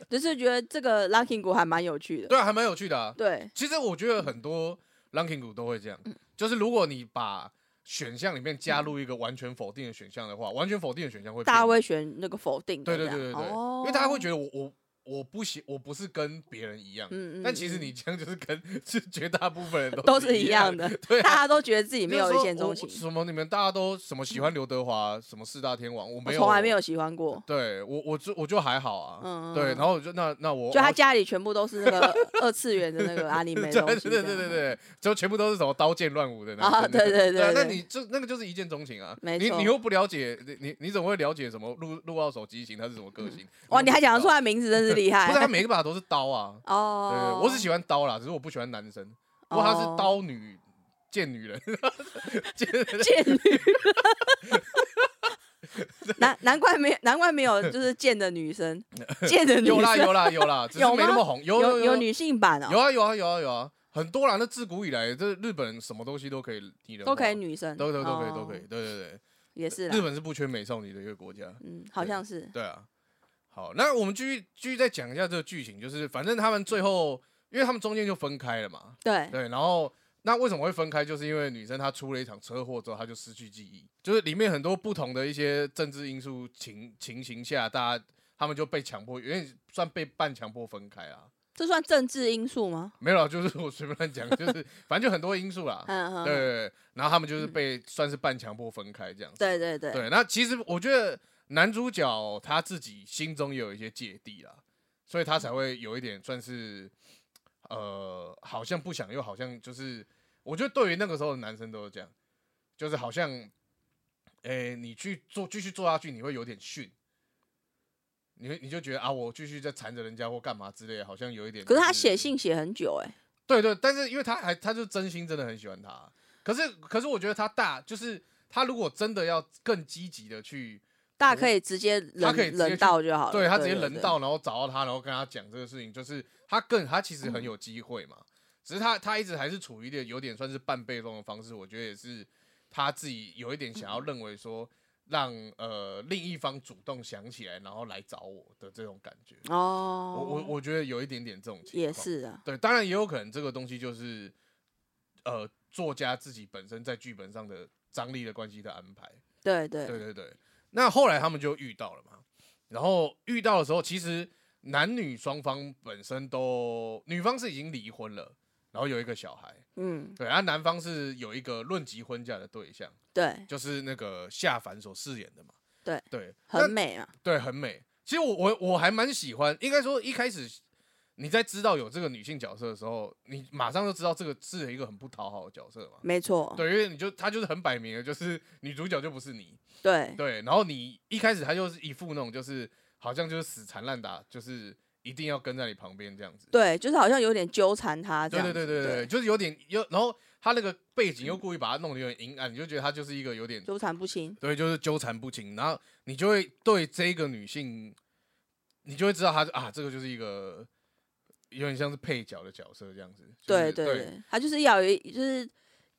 只是觉得这个 Lucky 股还蛮有趣的。
对啊，还蛮有趣的啊。
对，
其实我觉得很多 ranking 股都会这样，
嗯
就是如果你把选项里面加入一个完全否定的选项的话，完全否定的选项会
大家
偏
会选那个否定的
对
这
对
样，
对对对，
哦、
因为大家会觉得我我我不喜我不是跟别人一样，
嗯嗯
但其实你这样就是跟是绝大部分人都
都
是
是一
样
样的，
对啊
大家都觉得自己
你
没有一见钟情，
什么你们大家都什么喜欢刘德华，什么四大天王，我
嗯我
没有，啊
从来没。有喜欢过。
对我，我就我就还好啊，
嗯嗯
对，
嗯
然后我就那那我
就他
我
家里全部都是那个二次元的那个阿尼梅
对
东西，
对对对，对，就全部都是什么刀剑乱舞的那
啊
种
对对对
啊那
对
你就那个就是一见钟情啊，
没
你
错
你又不了解，你你你怎么会了解什么陆陆奥手机型他是什么个性？
嗯哇，你还讲得出
来？
来名字，真是厉害。
不是他每一把都是刀啊，对，
哦，
我只喜欢刀啦，只是我不喜欢男生，不过他是刀女贱女人， 贱
贱女， 难难怪没难怪没有就是贱的 女生，贱的女
有啦
生
有啦有 啦，只是
有
没那
吗
么红，有
有
有
女性版
有
哦，
啊有啊有啊有啊，很多啦，那自古以来这日本人什么东西都可以拟人化，
都可以女生，
都都都可以都
哦
可以，对对
也
对，
是啦
日，本是不缺美少女的一个国家。
嗯，好像是，
对啊，好，那我们继续继续再讲一下这个剧情，就是反正他们最后，因为他们中间就分开了嘛，
对，
对，然后那为什么会分开，就是因为女生她出了一场车祸之后，她就失去记忆，就是里面很多不同的一些政治因素情情形下，大家他们就被强迫，有点算被半强迫分开啊，
这算政治因素吗？
没有啦，就是我随便乱讲，就是反正就很多因素啦。 对
嗯嗯，
对
嗯
对，然后他们就是被算是半强迫分开这样子。
对对对
对，那其实我觉得男主角他自己心中也有一些芥蒂啦，所以他
嗯
才会有一点算是，呃，好像不想又好像就是，我觉得对于那个时候的男生都是这样，就是好像，诶、你去做继续做下去，你会有点逊。你会你就觉得啊，我继续在缠着人家或干嘛之类的，好像有一点、
可是他写信写很久、欸，哎，
对对，但是因为他还，他就真心真的很喜欢他。啊可是，可是我觉得他大，就是他如果真的要更积极的去，
大家可以直接
他可以直
人
接去
人道就好了。
对他直接人
对
道，然后找到他，然后跟他讲这个事情，就是他更他其实
嗯
很有机会嘛。只是他他一直还是处于一点有点算是半被动的方式，我觉得也是他自己有一点想要
嗯
认为说让呃另一方主动想起来，然后来找我的这种感觉。
哦，
我我我觉得有一点点这种情况，
也是啊，
对，当然也有可能这个东西就是，呃，作家自己本身在剧本上的张力的关系的安排。
对对
对对对。那后来他们就遇到了嘛，然后遇到的时候，其实男女双方本身都，女方是已经离婚了，然后有一个小孩，
嗯
对，然后男方是有一个论及婚嫁的对象，
对，
就是那个夏凡所饰演的嘛。
对
对，那
很美啊，
对，很美。其实我我我还蛮喜欢，应该说一开始你在知道有这个女性角色的时候，你马上就知道这个是一个很不讨好的角色嘛。
没错，
对，因为你就她就是很摆明的，就是女主角就不是你。
对
对，然后你一开始她就是一副那种就是好像就是死缠烂打，就是一定要跟在你旁边这样子。
对，就是好像有点纠缠他这
对对
样子。嗯
对对对，就是有点有，然后她那个背景又故意把它弄得有点阴暗，你就觉得她就是一个有点
纠缠不清。
对，就是纠缠不清，然后你就会对这个女性，你就会知道她啊，这个就是一个有点像是配角的角色这样子。就是
对对
对
对，他就是要有一就是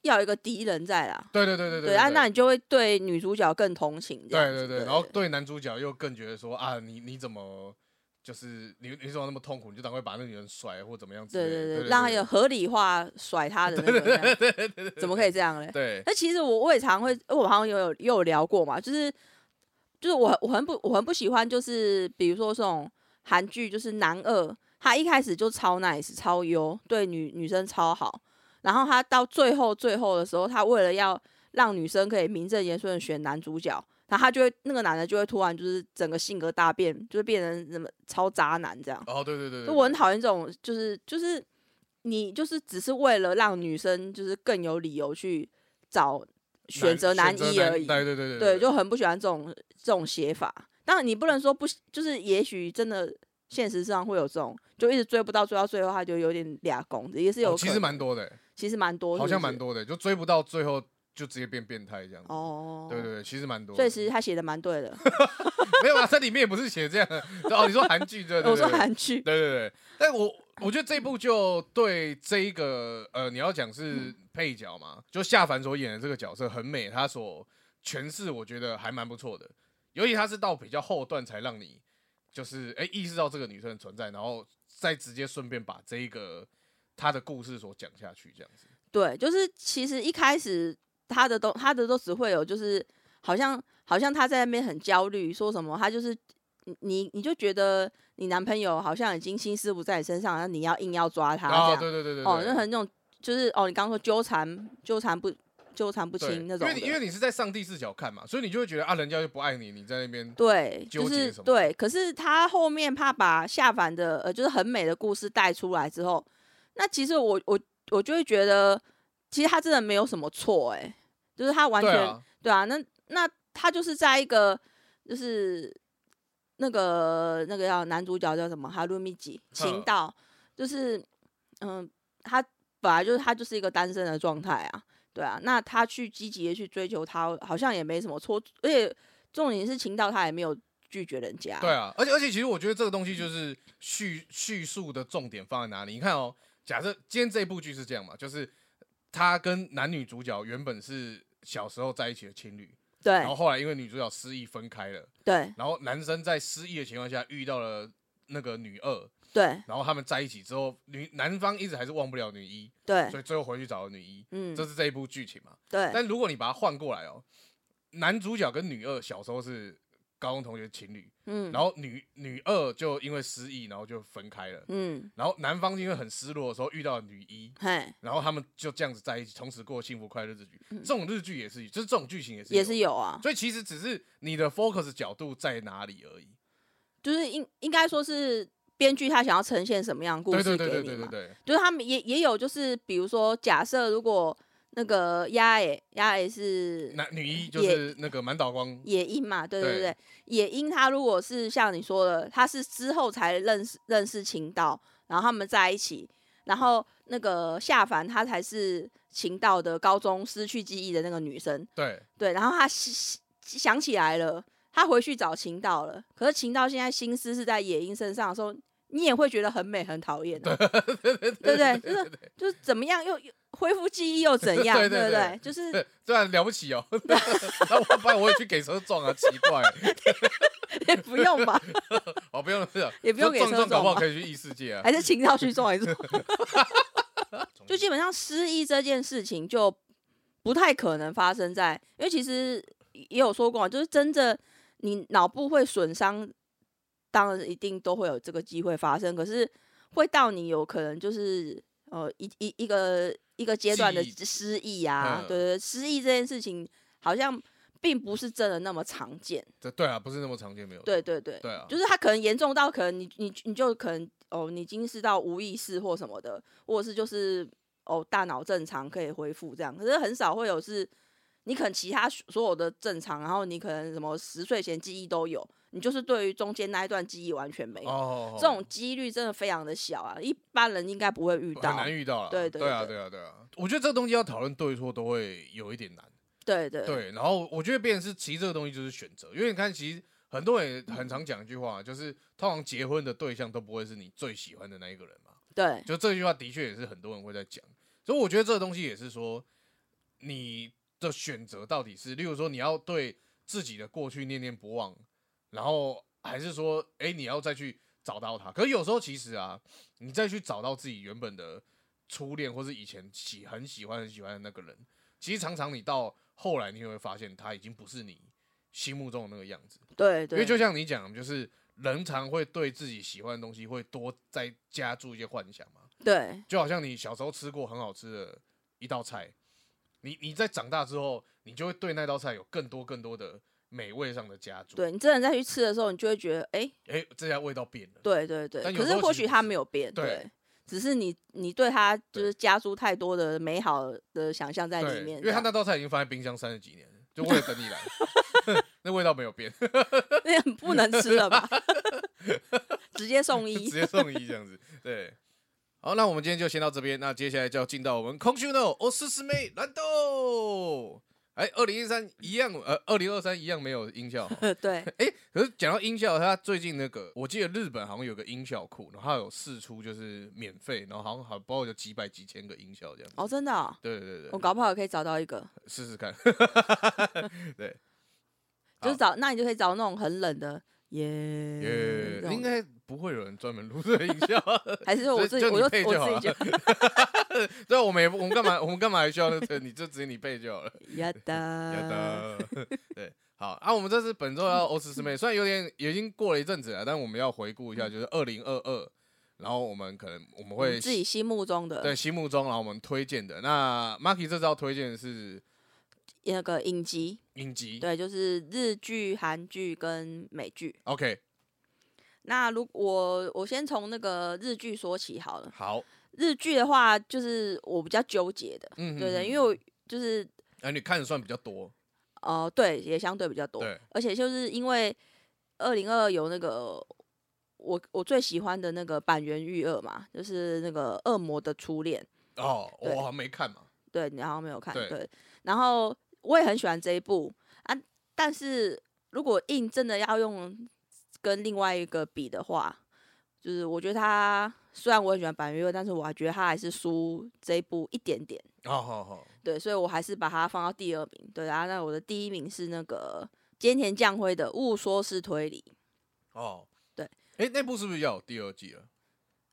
要有一个敌人在啦。
对对对对
对啊，那你就会对女主角更同情这样
对
子。
对对，然后对男主角又更觉得说啊，你你怎么就是你你怎么那么痛苦，你就赶快把那女人甩或怎么样之类
对
的。
对
对
对
对
对，让他有合理化甩 他的那个这样，怎么可以这样嘞？
对
那其实我我也常会，我好像有有也有聊过嘛，就是就是我我很不我很不喜欢，就是比如说这种韩剧，就是男二他一开始就超 nice 超优，对女女生超好，然后他到最后最后的时候，他为了要让女生可以名正言顺的选男主角，然后他就会那个男的就会突然就是整个性格大变，就是变成什么超渣男这样。
哦对对对对，
就我很讨厌这种，就是就是你就是只是为了让女生就是更有理由去找选择男一而已，
对对对对
对，就很不喜欢这种这种写法。当然你不能说不，就是也许真的现实上会有这种，就一直追不到，追到最后他就有点俩拱子，也是有、
哦其实蛮，多的欸，
其实蛮多，
好像
是不是
蛮多的欸，就追不到最后就直接变变态这样子。
哦，
对对对，其实蛮多的。
所以其实他写的蛮对的。
没有啊，这里面也不是写这样的。哦，你说韩剧对对对，
我说韩剧，
对对对。但我我觉得这部就对这一个呃，你要讲
嗯
是配角嘛，就夏凡所演的这个角色很美，他所诠释我觉得还蛮不错的。尤其他是到比较后段才让你就是哎、意识到这个女生的存在，然后再直接顺便把这一个她的故事所讲下去，这样子。
对，就是其实一开始他的都他的都只会有，就是好像好像他在那边很焦虑，说什么他就是你你你就觉得你男朋友好像已经心思不在你身上，然后你要硬要抓他这
啊，
样，
对对对对对，
哦，那很那种就是哦，你刚刚说纠缠纠缠不纠缠不
对
清那种
因为你因为
的，
你是在上帝视角看嘛，所以你就会觉得啊，人家就不爱你，你在那边
对，
纠
就
结
是
什么的
对，可是他后面怕把下凡的呃，就是很美的故事带出来之后，那其实我我我就会觉得，其实他真的没有什么错，哎，就是他完
对
全
啊，
对啊，那那他就是在一个就是那个那个叫男主角叫什么哈鲁米吉情
嗯
道，就是嗯，他本来就是他就是一个单身的状态啊，对啊，那他去积极的去追求他，好像也没什么错，而且重点是情道他也没有拒绝人家，
对啊，而且而且，其实我觉得这个东西就是叙叙述的重点放在哪里。你看哦，假设今天这部剧是这样嘛，就是他跟男女主角原本是小时候在一起的情侣，然后
对
后来因为女主角失忆分开了，
对
然后男生在失忆的情况下遇到了那个女二，
对
然后他们在一起之后，女男方一直还是忘不了女一，
对，
所以最后回去找了女一，
嗯
这，是这一部剧情嘛。
对
但如果你把它换过来哦，男主角跟女二小时候是高中同学情侣，
嗯
然后女女二就因为失忆，然后就分开了。
嗯，
然后男方因为很失落的时候遇到了女一，
嘿，
然后他们就这样子在一起，从此过幸福快乐日剧。这种日剧也是，就是这种剧情也是
嗯也是
有。
有啊，
所以其实只是你的 focus 角度在哪里而已。
就是应应该说是编剧他想要呈现什么样的故
对
事给
对
你嘛，
对对对对对，
就是他们也也有就是比如说假设如果那个鸭诶鸭诶是
男女一就是那个满岛光，
野樱嘛，对对
对
对，野樱他如果是像你说的，他是之后才认识认识秦道，然后他们在一起，然后那个夏凡他才是秦道的高中失去记忆的那个女生，
对
对，然后他想想起来了，他回去找秦道了，可是秦道现在心思是在野樱身上的时候，你也会觉得很美很讨厌、啊，对不对？就是就是怎么样又又恢复记忆又怎样，
对对
对不
对
对？就是
对，虽然了不起哦，那我不然我也去给车撞啊，奇怪，
也不用吧，
哦不用了，是啊
也不用给车
撞
撞吧哎
撞，搞不好可以去异世界啊。
还是秦道去撞一撞。 就基本上失忆这件事情就不太可能发生在，因为其实也有说过啊，就是真的你脑部会损伤，当然一定都会有这个机会发生，可是会到你有可能就是呃一一一个一个阶段的
记忆
失忆啊，
嗯
对对，对失忆这件事情好像并不是真的那么常见，
这对啊，不是那么常见，没有
对嗯对对，
对啊，
就是他可能严重到可能你你你就可能哦，你已经是到无意识或什么的，或者是就是哦大脑正常可以恢复这样，可是很少会有是，你可能其他所有的正常，然后你可能什么十岁前记忆都有，你就是对于中间那一段记忆完全没有，
哦，
这种几率真的非常的小啊，一般人应该不会遇
很
到，
难遇到了。
对对
对啊，
对
对啊，对啊。我觉得这个东西要讨论对错都会有一点难。
对对
对，然后我觉得变成是其实这个东西就是选择，因为你看，其实很多人也很常讲一句话，就是通常结婚的对象都不会是你最喜欢的那一个人嘛。
对
就这句话的确也是很多人会在讲，所以我觉得这个东西也是说你的选择到底是，例如说你要对自己的过去念念不忘，然后还是说，哎、你要再去找到他。可是有时候其实啊，你再去找到自己原本的初恋，或是以前喜很喜欢很喜欢的那个人，其实常常你到后来，你会发现他已经不是你心目中的那个样子。
对
因为
对，
就像你讲，就是人常会对自己喜欢的东西会多再加注一些幻想嘛。
对
就好像你小时候吃过很好吃的一道菜，你你在长大之后，你就会对那道菜有更多更多的美味上的加注。，
对，你真的再去吃的时候，你就会觉得哎、诶
哎、这家味道变了。
对对对，
但
可
有
是
时候
或
其
许
实
他
不
没有变，
对
对，只是你你对他就
对
是加注太多的美好的想象在
对，
里面
因
这
为他
样，
那道菜已经放在冰箱三十几年了，就为了等你 来。那味道没有变，
那很不能吃 了吧？直接送
直
医，
接送医这样子。对，好，那我们今天就先到这边。那接下来就要进到我们空虚 no 哦，四师妹蓝豆。哎，二零一三一样，呃，二零二三一样没有音效哦。
呃 对，
哎、可是讲到音效，它最近那个，我记得日本好像有个音效库，然后它有试出就是免费，然后好像好包括有几百几千个音效这样子。
哦，真的哦、
对对对
我
对，
搞不好也可以找到一个，
试试看。
就
好
是找那你就可以找那种很冷的耶嗯
耶、
这种
应该不会有人专门录这个音效，
还是说
所
我
以
自己，
就
我
你
就
配就好
我自
了
己就
对啊，我们也不我们干嘛我们干嘛还需要那个？你就直接你背就好了。
呀嗯
有
哒，
的，对，好啊，我们这次本周要欧斯师妹，虽然有点已经过了一阵子了，但我们要回顾一下，就是二零二二，然后我们可能我们会
嗯你自己心目中
对
的
心目中，然后我们推荐的。那 Marky 这次要推荐的是
那个影集，
影集
对，就是日剧、韩剧跟美剧。
，OK，
那如我我先从那个日剧说起好了。
好，
日剧的话，就是我比较纠结的，
嗯，
对对，因
为
为我就是
啊，你看的算比较多，
呃，对，也相对比较多
对，
而且就是因为二零二有那个我我最喜欢的那个板垣裕二嘛，就是那个《恶魔的初恋》，
哦，
对
我好像没看嘛，
对你好像没有看，
对
对，然后我也很喜欢这一部啊，但是如果硬真的要用跟另外一个比的话，就是我觉得他虽然我很喜欢板垣裕二，但是我还觉得他还是输这一部一点点，
哦，好好，
对，所以我还是把它放到第二名，对，然后那我的第一名是那个菅田将晖的《误说式推理》，
哦，
对，
哎，那部是不是要有第二季了？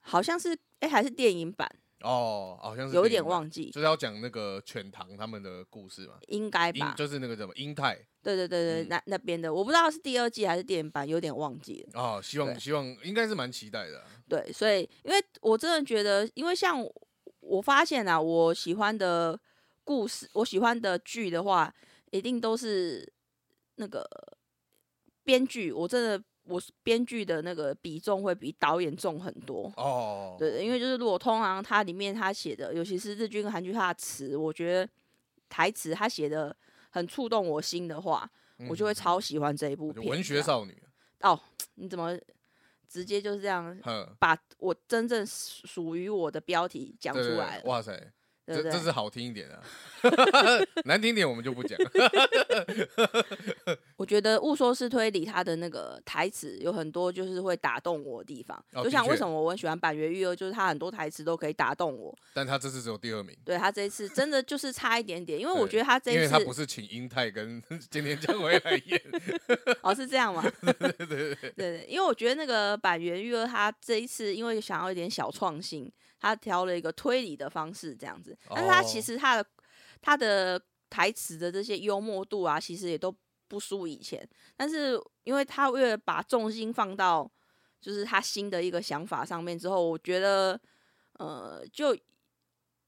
好像是哎、还是电影版，
哦，好像是
有一
电
点
影版，
忘记，
就是要讲那个犬堂他们的故事嘛，
应该
英
吧？
就是那个什么英泰
对对对对，
嗯
那那边的我不知道是第二季还是电影版，有点忘记了。
哦，希望
对
希望应该是蛮期待的啊、
对，所以因为我真的觉得，因为像我我发现啊，我喜欢的故事，我喜欢的剧的话，一定都是那个编剧，我真的我编剧的那个比重会比导演重很多。
哦，
对对，因为就是如果通常它里面它写的，尤其是日剧跟韩剧，它的词，我觉得台词它写的很触动我心的话，我就会
嗯
超喜欢这一部
就
片。
文
这
学
样
少女，
哦，你怎么直接就是这样
哼，
把我真正属属于我的标题讲出
对对对
来了，
哇塞，这
对不
这
对？
是好听一点 啊，难听一点我们就不讲。
我觉得《误说是推理》它的那个台词有很多就是会打动我的地方，
哦
就像
的
为
确
什么我很喜欢板垣育二，就是他很多台词都可以打动我。
但他这次只有第二名，
对他这一次真的就是差一点点，因为我
对
觉得他这
因
一
为
次
他不是请英泰跟 今天江回来演，
哦，是这样吗？对对对，因为我觉得那个板垣育二他这一次因为想要一点小创新，他挑了一个推理的方式这样子，但是他其
哦
实他的、他的台词的这些幽默度啊，其实也都不输以前，但是因为他为了把重心放到就是他新的一个想法上面之后，我觉得呃，就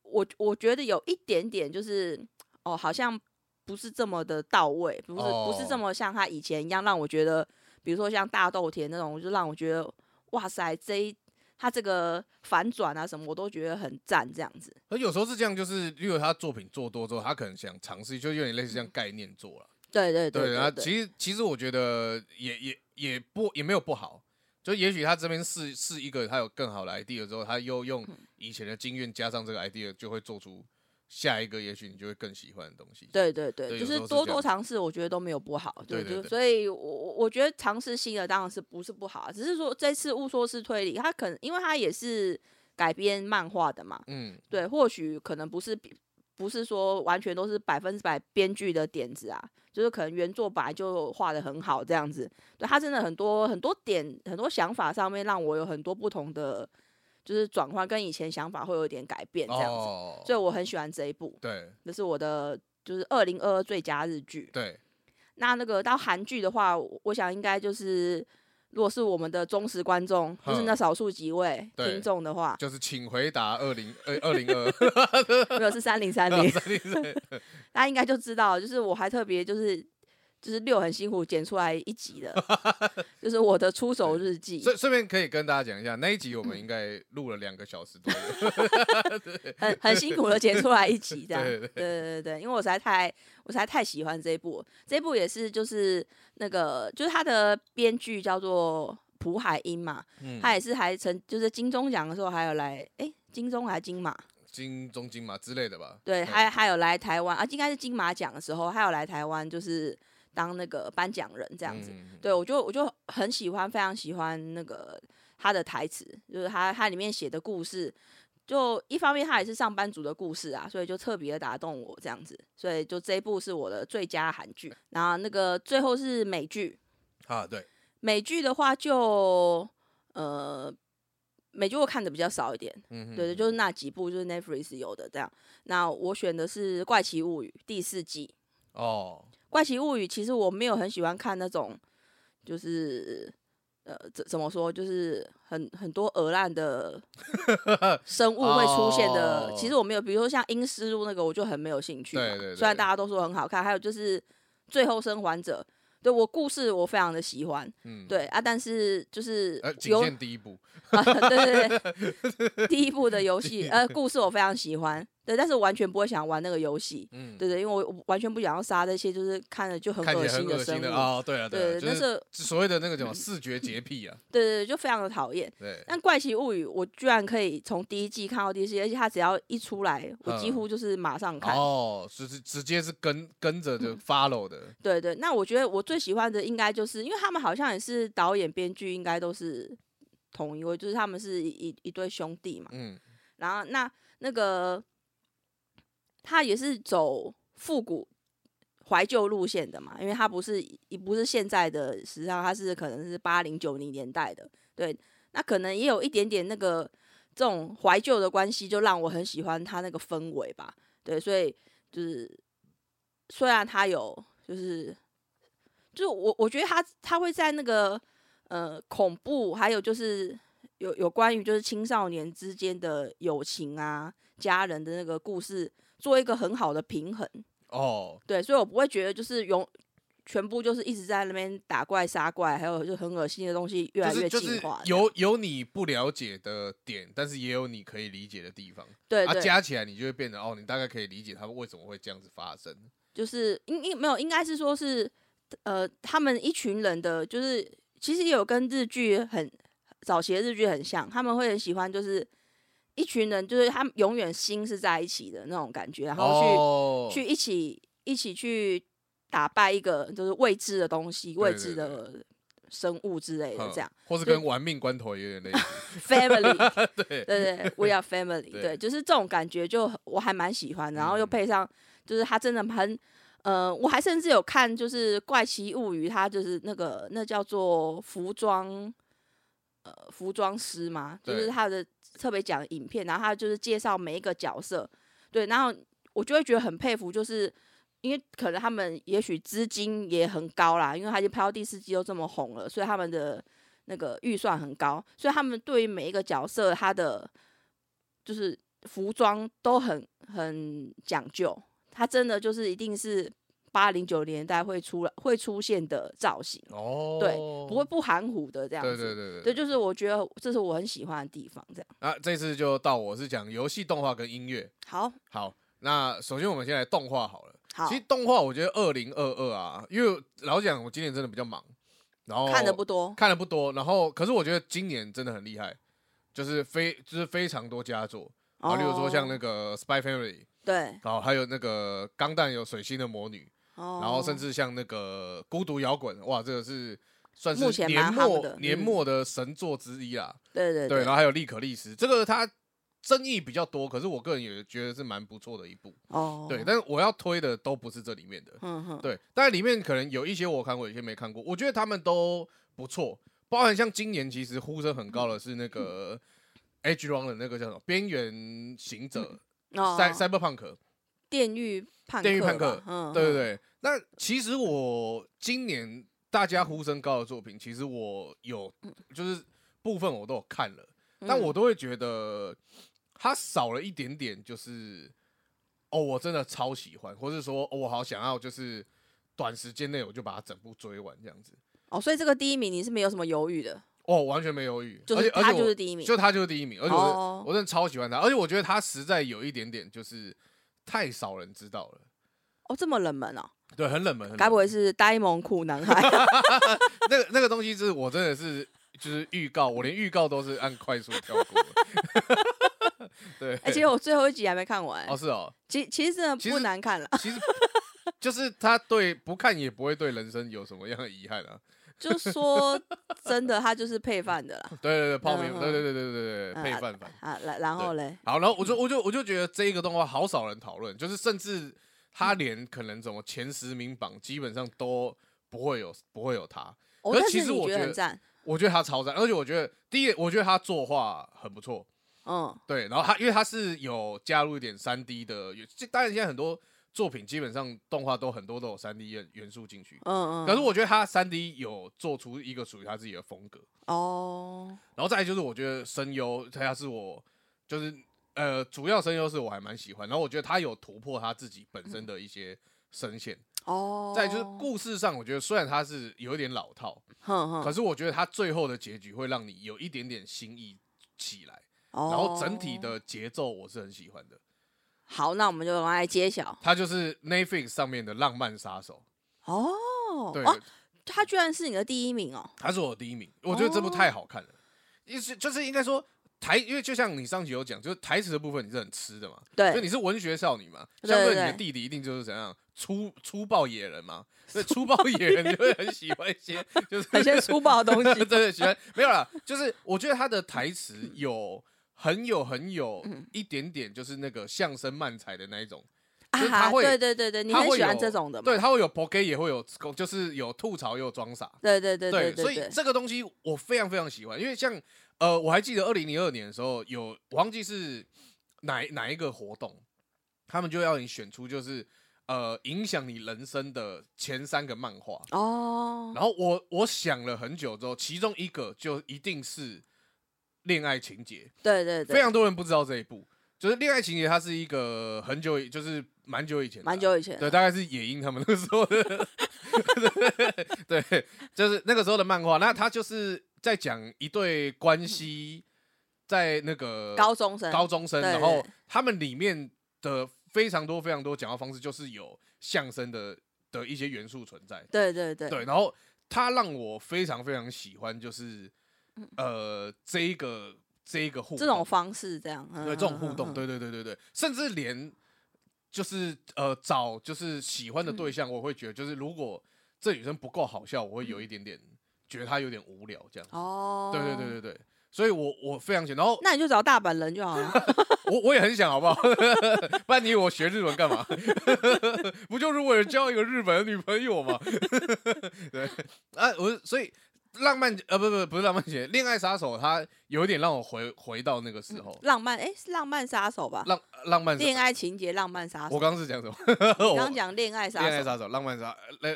我我觉得有一点点就是哦，好像不是这么的到位，不是、不是这
哦
么像他以前一样让我觉得，比如说像大豆田那种，就让我觉得哇塞，这一他这个反转啊什么，我都觉得很赞这样子。
而有时候是这样，就是例如他作品做多之后，他可能想尝试，就有点类似像概念做了。
对嗯对对
然后
对对，
其实其实我觉得也也也不也没有不好，就也许他这边是是一个他有更好的 idea 之后，他又用
嗯
以前的经验加上这个 idea，就会做出下一个，也许你就会更喜欢的东西。
对对
对
对，
有
就
时
是
候是
多
这
多
样
尝试，我觉得都没有不好。
对对
就
对
所以我我我觉得尝试新的当然是不是不好啊，只是说这次误说是推理，他可能因为他也是改编漫画的嘛，
嗯，
对，或许可能不是比不是说完全都是百分之百编剧的点子啊，就是可能原作本来就画的很好这样子。对他真的很多很多点很多想法上面让我有很多不同的就是转换，跟以前想法会有一点改变这样子，
哦，
所以我很喜欢这一部，
对
这是我的就是二零二二最佳日剧。
对，
那那个到韩剧的话，我我想应该就是。如果是我们的忠实观众，就是
哼
那少数几位
对
听众的 话，
就是请回答二零二二零二
没有是三 零三 零，
三零
大家应该就知道了，就是我还特别就是就是六很辛苦剪出来一集 的，就是我的出手日 记，
顺顺便可以跟大家讲一下，那一集我
嗯
们应该录了两个小时多。
很很辛苦的剪出来一 集这样。
对
对
对
对对对，因为我实在太我实在太喜欢这一部了，这一部也是就是那个就是它的编剧叫做朴海英嘛，
嗯，
他也是还曾就是金钟奖的时候还有来诶，金钟还金马，
金中金嘛之类的吧。
对，
嗯
还还有来台湾啊，应该是金马奖的时候，还有来台湾就是当那个颁奖人这样子。
嗯
对，我就我就很喜欢，非常喜欢那个他的台词，就是他他里面写的故事，就一方面他也是上班族的故事啊，所以就特别打动我这样子，所以就这一部是我的最佳韩剧。然后那个最后是美剧，
啊，对，
美剧的话就呃美剧我看的比较少一点，
嗯，
对对，就是那几部就是 Netflix 有的这样。那我选的是《怪奇物语》第四季，
哦，
《怪奇物语》其实我没有很喜欢看那种，就是呃，怎怎么说，就是很很多鹅 烂的生物会出现的。其实我没有，比如说像《阴尸路》那个，我就很没有兴趣嘛。
哦对对
虽然
对
大家都说很好看，还有就是《最后生还者》对我故事我非常的喜欢，
嗯，
对啊，但是就是
呃，仅
有
限第一部，
啊， 对 对对，第一部的游戏呃故事我非常喜欢，对，但是完全不会想玩那个游戏，
嗯，
对对，因为我我完全不想要杀那些就是看了就很
看起
恶
来很
心
恶
生
心
物，
的哦，对啊，
对
啊，
但
就是
是
所谓的那个
嗯
叫什么视觉洁癖啊，
对对对，就非常的讨厌。
对，
但《怪奇物语》我居然可以从第一季看到第四季，而且它只要一出来，我几
嗯
乎就是马上看。嗯
哦，就是直接是跟跟着就 follow 的，
对对，那我觉得我最喜欢的应该就是，因为他们好像也是导演、编剧，应该都是同一位，就是他们是一一一对兄弟嘛。
嗯，
然后那那个他也是走复古怀旧路线的嘛，因为他不是也不是现在的时尚，他是可能是八零九零年代的，对，那可能也有一点点那个这种怀旧的关系，就让我很喜欢它那个氛围吧。对，所以就是虽然它有，就是就是我我觉得它它会在那个呃恐怖，还有就是有有关于就是青少年之间的友情啊、家人的那个故事，做一个很好的平衡。
哦，
对，所以我不会觉得就是永全部就是一直在那边打怪杀怪，还有就很恶心的东西越
就
来
是
越
就是
进化。
有有你不了解的点，但是也有你可以理解的地方，
对
啊，
对，
加起来你就会变得哦，你大概可以理解他们为什么会这样子发生。
就是应应没有，应该是说是呃，他们一群人的，就是其实也有跟日剧很早期的日剧很像，他们会很喜欢就是一群人，就是他们永远心是在一起的那种感觉，然后去、
哦
去一起一起去打败一个就是未知的东西、未知
对
的生物之类的
哼
这样。
或是
所以
跟玩命关头有点类似。
Family，
对，
对对，We are family，
对嗯
对，就是这种感觉就很我还蛮喜欢的，然后又配上就是他真的很。呃，我还甚至有看，就是《怪奇物语》，它就是那个那叫做服装，呃，服装师嘛，就
对
是他的特别讲影片，然后他就是介绍每一个角色，对，然后我就会觉得很佩服，就是因为可能他们也许资金也很高啦，因为他已经拍到第四季都这么红了，所以他们的那个预算很高，所以他们对于每一个角色他的就是服装都很很讲究，他真的就是一定是八零九年代会出来会出现的造型，
哦，
对不会，不含糊的这样
对对
子。
对
对，就是我觉得这是我很喜欢的地方。这样
啊，这次就到我是讲游戏动画跟音乐。
好，
好，那首先我们先来动画好了。
好
其实动画我觉得二零二二啊，因为老实讲我今年真的比较忙，然后
看的不多，
看的不多，然后可是我觉得今年真的很厉害，就是非就是非常多佳作啊，例如说像那
哦
个《Spy Family》，
对，哦
然后还有那个《钢弹》有水星的魔女，
然
然后甚至像那个《孤独摇滚》，哇，这个是算
目
是
前
年
蛮夯
末
的
年
嗯
末的神作之一啦。
对对
对，然后还有利可利斯，这个它争议比较多，可是我个人也觉得是蛮不错的一部。
哦，
对，但是我要推的都不是这里面的，
嗯哼，
对，但里面可能有一些我看过，有一些没看过，我觉得他们都不错。包含像今年其实呼声很高的是那个 Edge Run 的那个叫什么《边缘行者》
哦
Cy Cyberpunk，
电狱判
电狱
客
判
吧
客
嗯，
对对
嗯，
对，那其实我今年大家呼声高的作品，其实我有就是部分我都有看了，但
嗯
我都会觉得它少了一点点，就是哦，我真的超喜欢，或是说、哦我好想要，就是短时间内我就把它整部追完这样子。
哦，所以这个第一名你是没有什么犹豫的，
哦，完全没犹豫，
就
而且
是
而
他
且
就是
我
第一名，
就他就是第一名，而且我是、
哦
我真的超喜欢他，而且我觉得他实在有一点点就是太少人知道了，
哦，这么冷门哦，
对，很冷门，很冷
该不
门
会是呆萌酷 男孩？
那个那个东西是我真的是就是预告，我连预告都是按快速跳过的。 对，
而且我最后一集还没看完
哦，是哦，
其其实真的
其
不
实
难 看了，
其实就是他对不看也不会对人生有什么样的遗憾啊。
就说真的，他就是配饭的啦，
对对对，泡面，
嗯嗯
对对对对对对对，
嗯
配饭饭。
啊，然然后嘞，
好，然后我就我就我就觉得这一个动画好少人讨论，就是甚至
嗯
他连可能怎么前十名榜基本上都不会有不会有他。
哦，
可是
但
其
是
实
你
我觉
觉得
得
很赞，
我觉得他超赞，而且我觉得第一，我觉得他作画很不错，
嗯，
对，然后它因为它是有加入一点三 D 的，有这当然现在很多作品基本上动画都很多都有三 D 元元素进去，
嗯嗯，
可是我觉得它三 D 有做出一个属于它自己的风格，
哦，
然后再来就是我觉得声优他是我就是呃主要声优是我还蛮喜欢，然后我觉得他有突破他自己本身的一些声线，
哦，
再来就是故事上我觉得虽然它是有一点老套，
哼哼，
可是我觉得它最后的结局会让你有一点点新意起来，
然
然后整
哦
体的节奏我是很喜欢的。
好，那我们就来揭晓
他就是 Netflix 上面的浪漫杀手，
哦。
对，
哦，他居然是你的第一名哦。
他是我第一名。我觉得这部太好
哦
看了，意思就是应该说台，因为就像你上集有讲，就是台词的部分你是很吃的嘛，所以
对，
你是文学少女嘛，
对
相对
对
你的
对
弟弟一定就是怎样粗粗暴野人 嘛，所以粗暴野人就会很喜欢一些就是
很些粗暴的东
对
西。
对喜欢没有啦，就是我觉得他的台词
嗯
有很有很有一点点就是那个相声漫才的那一种就是他会
啊对对对对，你
他
很
会
喜欢
有
这种的嘛？
对，它会有 p o k e 也会有，就是有吐槽，也有装傻。
对对对对
所以
对，
这个东西我非常非常喜欢，因为像呃，我还记得二零零二年的时候，有我忘记是哪哪一个活动，他们就要你选出就是呃影响你人生的前三个漫画，
哦，
然后我我想了很久之后，其中一个就一定是恋爱情节，
对对对，
非常多人不知道这一部，就是恋爱情节，它是一个很久以，就是蛮久以前的啊，
蛮久以前
对，
了，
大概是野樱他们那个时候的， 对，就是那个时候的漫画。那他就是在讲一对关系，在那个
高中生，
高中生，
对
然后
对
他们里面的非常多非常多讲话方式，就是有相声的的一些元素存在。
对对对，
对，然后他让我非常非常喜欢，就是呃这一个这一个互
嗯这种
动
方式这样，嗯
对这种互动，，
嗯嗯嗯
对对对对对，甚至连就是呃找就是喜欢的对象，我会觉得就是如果这女生不够好笑，我会有一点点觉得她有点无聊这样子。
哦，
对对对对对，所以我我非常喜欢，然后
那你就找大阪人就好了。
我我也很想，好不好？ 不然你以为我学日文干嘛？ 不就是为了交一个日本的女朋友吗？ 对啊，我所以浪漫呃不不不是浪漫节，恋爱杀手它有一点让我回回到那个时候，
浪漫，哎、是浪漫杀手吧？
浪浪漫
恋爱情节，浪漫杀手
我。刚刚是讲什么？
你
我
刚讲恋爱杀
恋爱
手，
杀手、浪漫杀，来，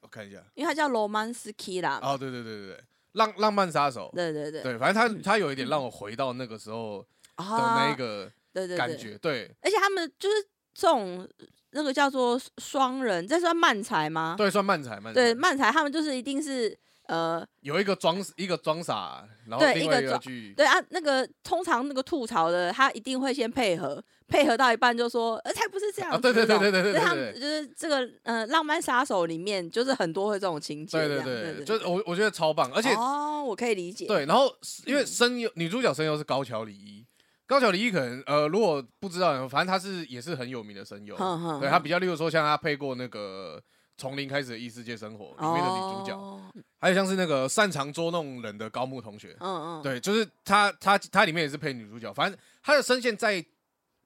我看一下。
因为它叫 romance killer 嘛。
哦，对对对对对，浪浪漫杀手，
对对对，
对，反正他他有一点让我回到那个时候
啊，
的那个
对对
感
对，
觉，对
而且他们就是这种那个叫做双人，这算漫才吗？
对，算漫才漫才
啊对，漫才他们就是一定是呃，
有一个装一个装傻，然后
对
另
一
外
个
一个
装
去
对啊，那个通常那个吐槽的他一定会先配合，配合到一半就说，呃，才不是这样
啊，
子、
对对对对对对
就
对
他
对
们就是这个呃，浪漫杀手里面就是很多会这种情节
对
这
对
样，
对对，
对
就是我我觉得超棒，而且
哦，嗯我可以理解，
对，然后因为声优女主角声优是高桥李依，高桥李依可能呃如果不知道，反正她是也是很有名的声优，
哼，嗯哼
对
哼
他比较，例如说像他配过那个《从零开始的异世界生活》里面的女主角，
哦
还有像是那个擅长捉弄人的高木同学，
嗯嗯，
对，就是他他他里面也是配女主角，反正他的声线在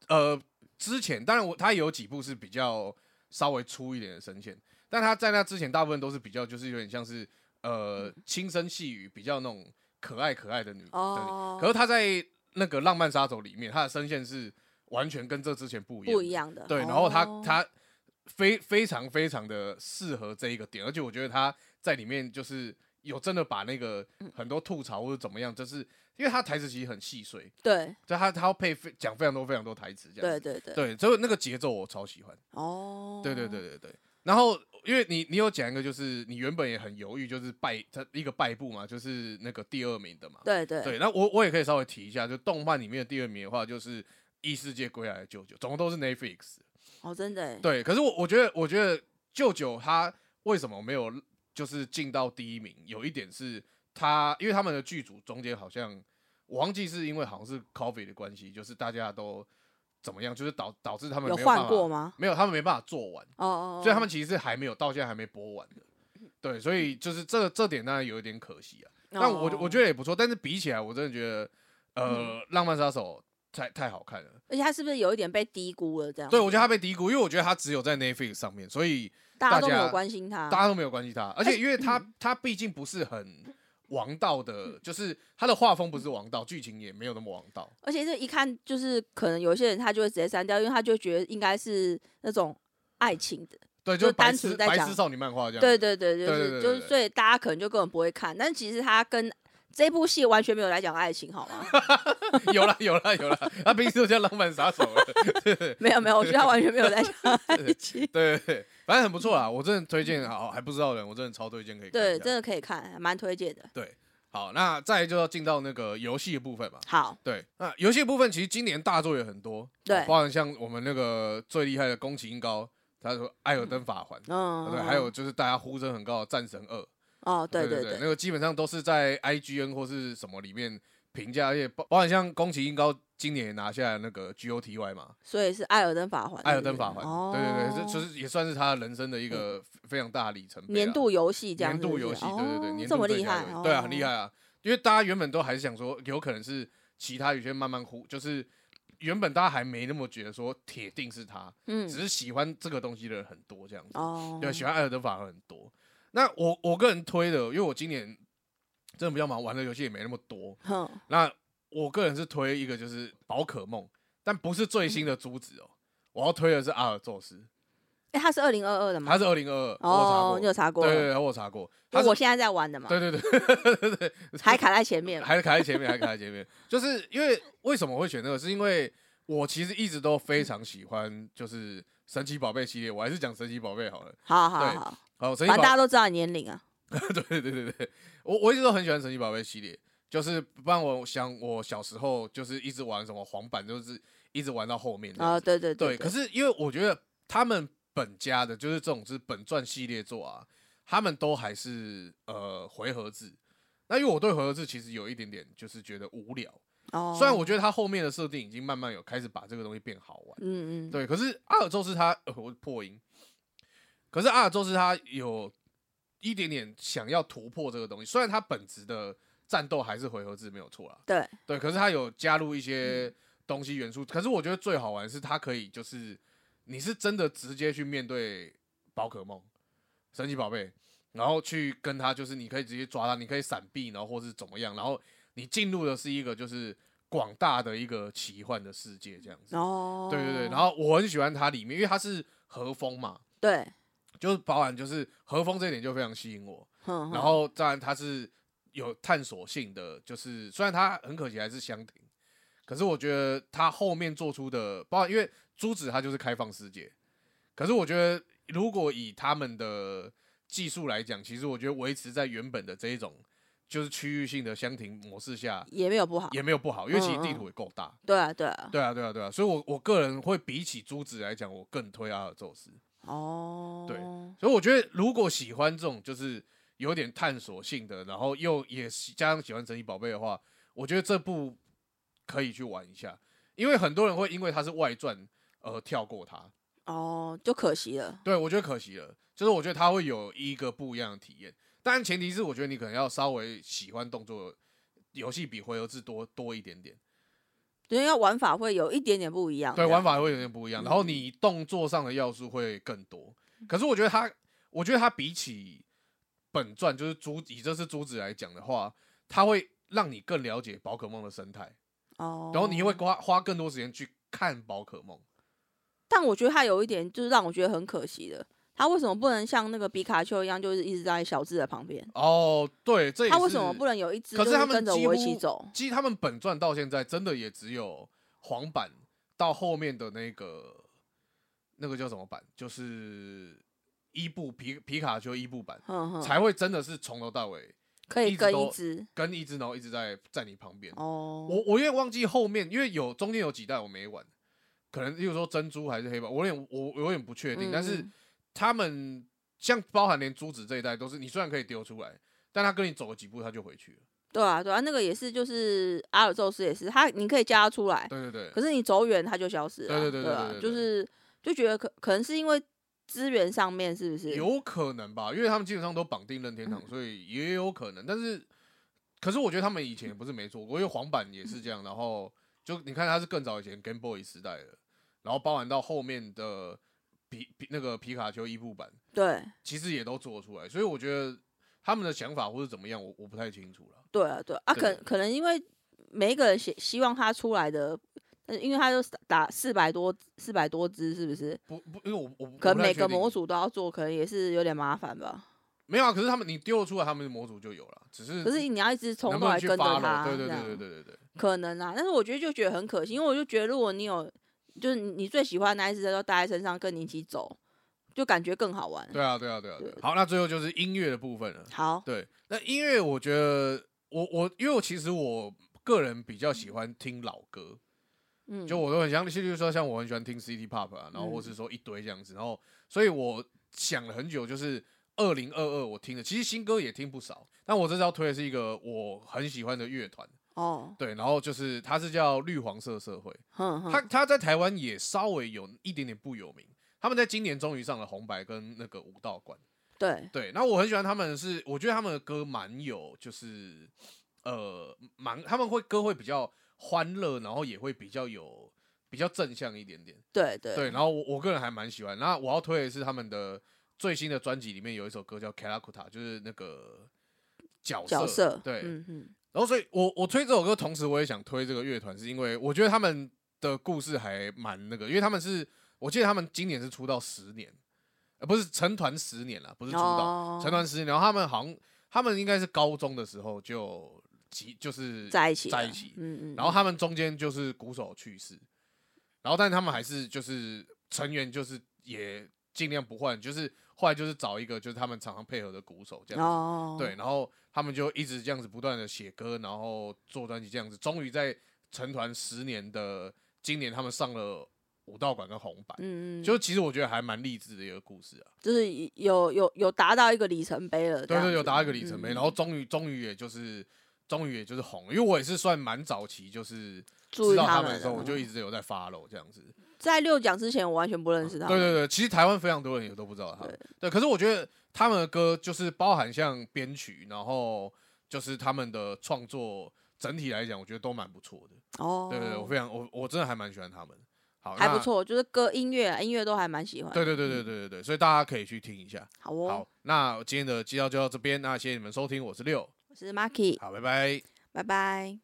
呃之前，当然我他也有几部是比较稍微粗一点的声线，但他在那之前大部分都是比较就是有点像是呃轻声细语，比较那种可爱可爱的女的女
嗯哦，
可是他在那个《浪漫杀手》里面，他的声线是完全跟这之前不一样
不
的
一。样的，
对，然后他
哦
他非非常非常的适合这一个点，而且我觉得他在里面就是有真的把那个
嗯
很多吐槽或者怎么样，就是因为他台词其实很细碎，
对
就他他要配非讲非常多非常多台词这样
对
子。
对对，
对，所以那个节奏我超喜欢。
哦，
对对对，对对。然后因为你你有讲一个，就是你原本也很犹豫，就是败他一个败部嘛，就是那个第二名的嘛。
对对
对，那我我也可以稍微提一下，就动漫里面的第二名的话，就是《异世界归来的舅舅》，总共都是 Netflix。
哦，真的耶，
对，可是我我觉得，我觉得舅舅他为什么没有就是进到第一名，有一点是他，因为他们的剧组中间好像我忘记是因为好像是 COVID 的关系，就是大家都怎么样，就是导导致他们
有
没办
换
法
过吗？
没有，他们没办法做完，
哦哦，
所以他们
哦嗯
其实是还没有到现在还没播完的。对，所以就是这这点当然有一点可惜啊。但我
哦
我觉，得也不错，但是比起来，我真的觉得
嗯
呃，浪漫杀手》太太好看了。
而且他是不是有一点被低估了这样？
对，我觉得他被低估，因为我觉得他只有在 Netflix 上面，所以
大家都没
大
有
家
关心他，
大家都没有关心他，而且因为
嗯
他他毕竟不是很王道的，就是他的画风不是王道，剧情也没有那么王道。
而且这一看就是可能有些人他就会直接删掉，因为他就觉得应该是那种爱情的，
对，
就
就是白
单
痴
纯在
白
讲
痴少女漫画这样。
对对对，就
对对
是
对
就
对
是，所以大家可能就根本不会看，但其实他跟。这部戏完全没有来讲爱情，好吗？
对， 有啦有啦有啦，他平时都叫浪漫杀手了。。
没有没有，我觉得他完全没有在讲爱情
对对对，反正很不错啦，我真的推荐，好还不知道的人，我真的超推荐可以看
嗯对，
一下。
真的可以看，蛮推荐的。
对，好，那再来就要进到那个游戏的部分嘛。
好，
对，那游戏部分其实今年大作也很多，
对
哦包含像我们那个最厉害的宫崎英高，他说《艾尔登法环》
嗯，
对，还有就是大家呼声很高的《战神二》，
哦，对
对
对，
那个基本上都是在 IGN 或是什么里面评价，而且包包含像宫崎英高今年也拿下了那个 GOTY 嘛，
所以是艾尔登法环，
《艾尔
对
登
不
法
对
环》
哦，嗯
对对对，这就是也算是他人生的一个非常大的里程碑啊。
年度游戏这样
年
子是
度
不是，
游戏，对对对，
哦
年
这
度
么
最
厉
佳
害
游戏，对啊，
哦
很厉害啊。因为大家原本都还是想说，有可能是其他有些慢慢忽，就是原本大家还没那么觉得说铁定是他，
嗯
只是喜欢这个东西的人很多这样子。
哦，
对，喜欢艾尔登法环很多。那我我个人推的，因为我今年真的比较忙，玩的游戏也没那么多。
哼，
那我个人是推一个就是宝可梦，但不是最新的珠子哦。我要推的是阿尔宙斯，
哎，它是二零二二的吗？
它是二零二二，
哦
我，有
你有查
查过，
过
对
了？
对对，我有查过，
因
它
为
是
我现在在玩的嘛，
对对 对对对对，
还卡在前面嘛。
还是卡在前面，还是卡在前面，就是因为为什么会选这个，是因为我其实一直都非常喜欢就是神奇宝贝系列，我还是讲神奇宝贝好了。
好好
对
好，
好，神奇宝
反正
贝
大家都知道你年龄啊。
对对对对，我我一直都很喜欢神奇宝贝系列，就是不然我想我小时候就是一直玩什么黄版，就是一直玩到后面这样
啊，
子。
对对
对，可
对，
是因为我觉得他们本家的，就是这种就是本传系列作啊，他们都还是呃回合制。那因为我对回合制其实有一点点就是觉得无聊，
哦，
虽然我觉得它后面的设定已经慢慢有开始把这个东西变好玩。
嗯嗯，
对，可是阿尔宙斯他、呃、我破音，可是阿尔宙斯他有一点点想要突破这个东西，虽然他本质的战斗还是回合制没有错啦，
对，
对，可是他有加入一些东西元素，可是我觉得最好玩的是他可以就是你是真的直接去面对宝可梦、神奇宝贝，然后去跟他就是你可以直接抓他，你可以闪避，然后或是怎么样，然后你进入的是一个就是广大的一个奇幻的世界这样子。
哦，
对对对，然后我很喜欢它里面，因为它是和风嘛，
对，
就是包含就是和风这一点就非常吸引我。
嗯哼，
然
哼
后当然它是有探索性的，就是虽然它很可惜还是香亭，可是我觉得它后面做出的，包含因为珠子它就是开放世界，可是我觉得如果以他们的技术来讲，其实我觉得维持在原本的这一种就是区域性的香亭模式下
也没有不好，
也没有不好，因为其实
嗯
地
嗯
图也够大。
对啊对啊，
对啊，对啊，对啊，所以我，我个人会比起珠子来讲，我更推阿尔宙斯。
哦，
对所以我觉得，如果喜欢这种就是有点探索性的，然后又也喜加上喜欢神奇宝贝的话，我觉得这部可以去玩一下，因为很多人会因为它是外传而跳过它。
哦，就可惜了，
对我觉得可惜了，就是我觉得它会有一个不一样的体验，但前提是我觉得你可能要稍微喜欢动作游戏比回合制多多一点点。
因为玩法会有一点点不一样。
对，
这样
玩法会有点不一样，然后
嗯
你动作上的要素会更多。可是我觉得它，我觉得它比起本传就是珠以这次珠子来讲的话，它会让你更了解宝可梦的生态，
哦，
然后你会花花更多时间去看宝可梦。
但我觉得他有一点就是让我觉得很可惜的，他为什么不能像那个皮卡丘一样，就是一直在小智的旁边？
哦，对，这也
他为什么
是
不？能有一只？
可
就是
他们
跟着
几
我一起
乎
走。
其实他们本传到现在真的也只有黄版到后面的那个那个叫什么版，就是伊布皮皮卡丘伊布版。
哼哼，
才会真的是从头到尾
可
一
以
直
跟
都
一只
跟一只，然后一直在在你旁边。
哦，
我我有点忘记后面，因为有中间有几代我没玩，可能例如说珍珠还是黑宝，我有点我我有点不确定。但是
嗯
他们像包含连珠子这一代都是，你虽然可以丢出来，但他跟你走了几步他就回去了。
对啊对啊，那个也是，就是阿尔宙斯也是，他你可以叫他出来，
对对对，
可是你走远他就消失了啊。
对对对对
啊
对对对
就是就觉得可可能是因为资源上面是不是？
有可能吧，因为他们基本上都绑定任天
嗯
堂，所以也有可能。但是，可是我觉得他们以前也不是没做过，因为黄版也是这样。然后就你看，它是更早以前 Game Boy 时代的，然后包含到后面的皮皮那个皮卡丘伊布版，
对
其实也都做出来。所以我觉得他们的想法或是怎么样，我我不太清楚了。
对啊，对啊，啊可
对
可能因为每一个人希希望他出来的，呃因为他就是打四百多四百多只，是不是？
不不，因为我我
可能每个模
模组
组都要做，可能也是有点麻烦吧。
没有啊，可是他们你丢出来，他们的模组就有了，只是
可是你要一直从
嗯能
头
不
来
能去
跟着
follow？
他，
对对
这
对
样
对对对对，
可能啊。但是我觉得就觉得很可惜，因为我就觉得如果你有，就是你你最喜欢的那一只都带在身上，跟你一起走，就感觉更好玩。
对啊对啊对啊对啊
对。
好，那最后就是音乐的部分了。
好，
对，那音乐我觉得我我因为我其实我个人比较喜欢听老歌，
嗯，
就我都很想，就是说像我很喜欢听 City Pop 啊，然后或是说一堆这样子，然后所以我想了很久，就是二零二二我听的，其实新歌也听不少，但我这次要推的是一个我很喜欢的乐团，
哦，
对，然后就是它是叫绿黄色社会，
哼
它
哼，
它在台湾也稍微有一点点不有名，他们在今年终于上了红白跟那个武道馆。
对，
对，那我很喜欢他们的是，我觉得他们的歌蛮有，就是呃，蛮他们会歌会比较欢乐，然后也会比较有比较正向一点点。
对对
对，然后我我个人还蛮喜欢。那我要推的是他们的最新的专辑里面有一首歌叫《Kalakuta》，就是那个角色。
角色，
对，
嗯嗯，
然后所以我我推这首歌，同时我也想推这个乐团，是因为我觉得他们的故事还蛮那个，因为他们是我记得他们今年是出道十年，呃，不是成团十年啦，不是出道，
哦
成团十年。然后他们好像他们应该是高中的时候就集就是
在一起了，
在一起
嗯嗯，
然后他们中间就是鼓手去世，然后但他们还是就是成员就是也尽量不换，就是后来就是找一个就是他们常常配合的鼓手这样子。
哦，
对，，然后他们就一直这样子不断的写歌，然后做专辑这样子，终于在成团十年的今年，他们上了武道馆跟红白，
嗯嗯，
就其实我觉得还蛮励志的一个故事啊。
就是有有有达到一个里程碑了，这
对
样
对，有
子
达到一个里程碑，
嗯
然后终于终于也就是终于也就是红了，因为我也是算蛮早期就是
注
知
意
道他
们
们的时候，我就
嗯
一直有在 follow 这样子。
在六奖之前，我完全不认识他
啊对
们，
对对，其实台湾非常多人也都不知道他们。对，可是我觉得他们的歌就是包含像编曲，然后就是他们的创作，整体来讲，我觉得都蛮不错的。
哦，
对对对，我非常我我真的还蛮喜欢他们。好，
还不
那。
错，就是歌音乐啊音乐都还蛮喜欢，
对，对对对对对对，所以大家可以去听一下。
好哦
好，，那今天的介绍就到这边，那谢谢你们收听，我是六，
我是 Marky，
好，拜拜。
拜拜。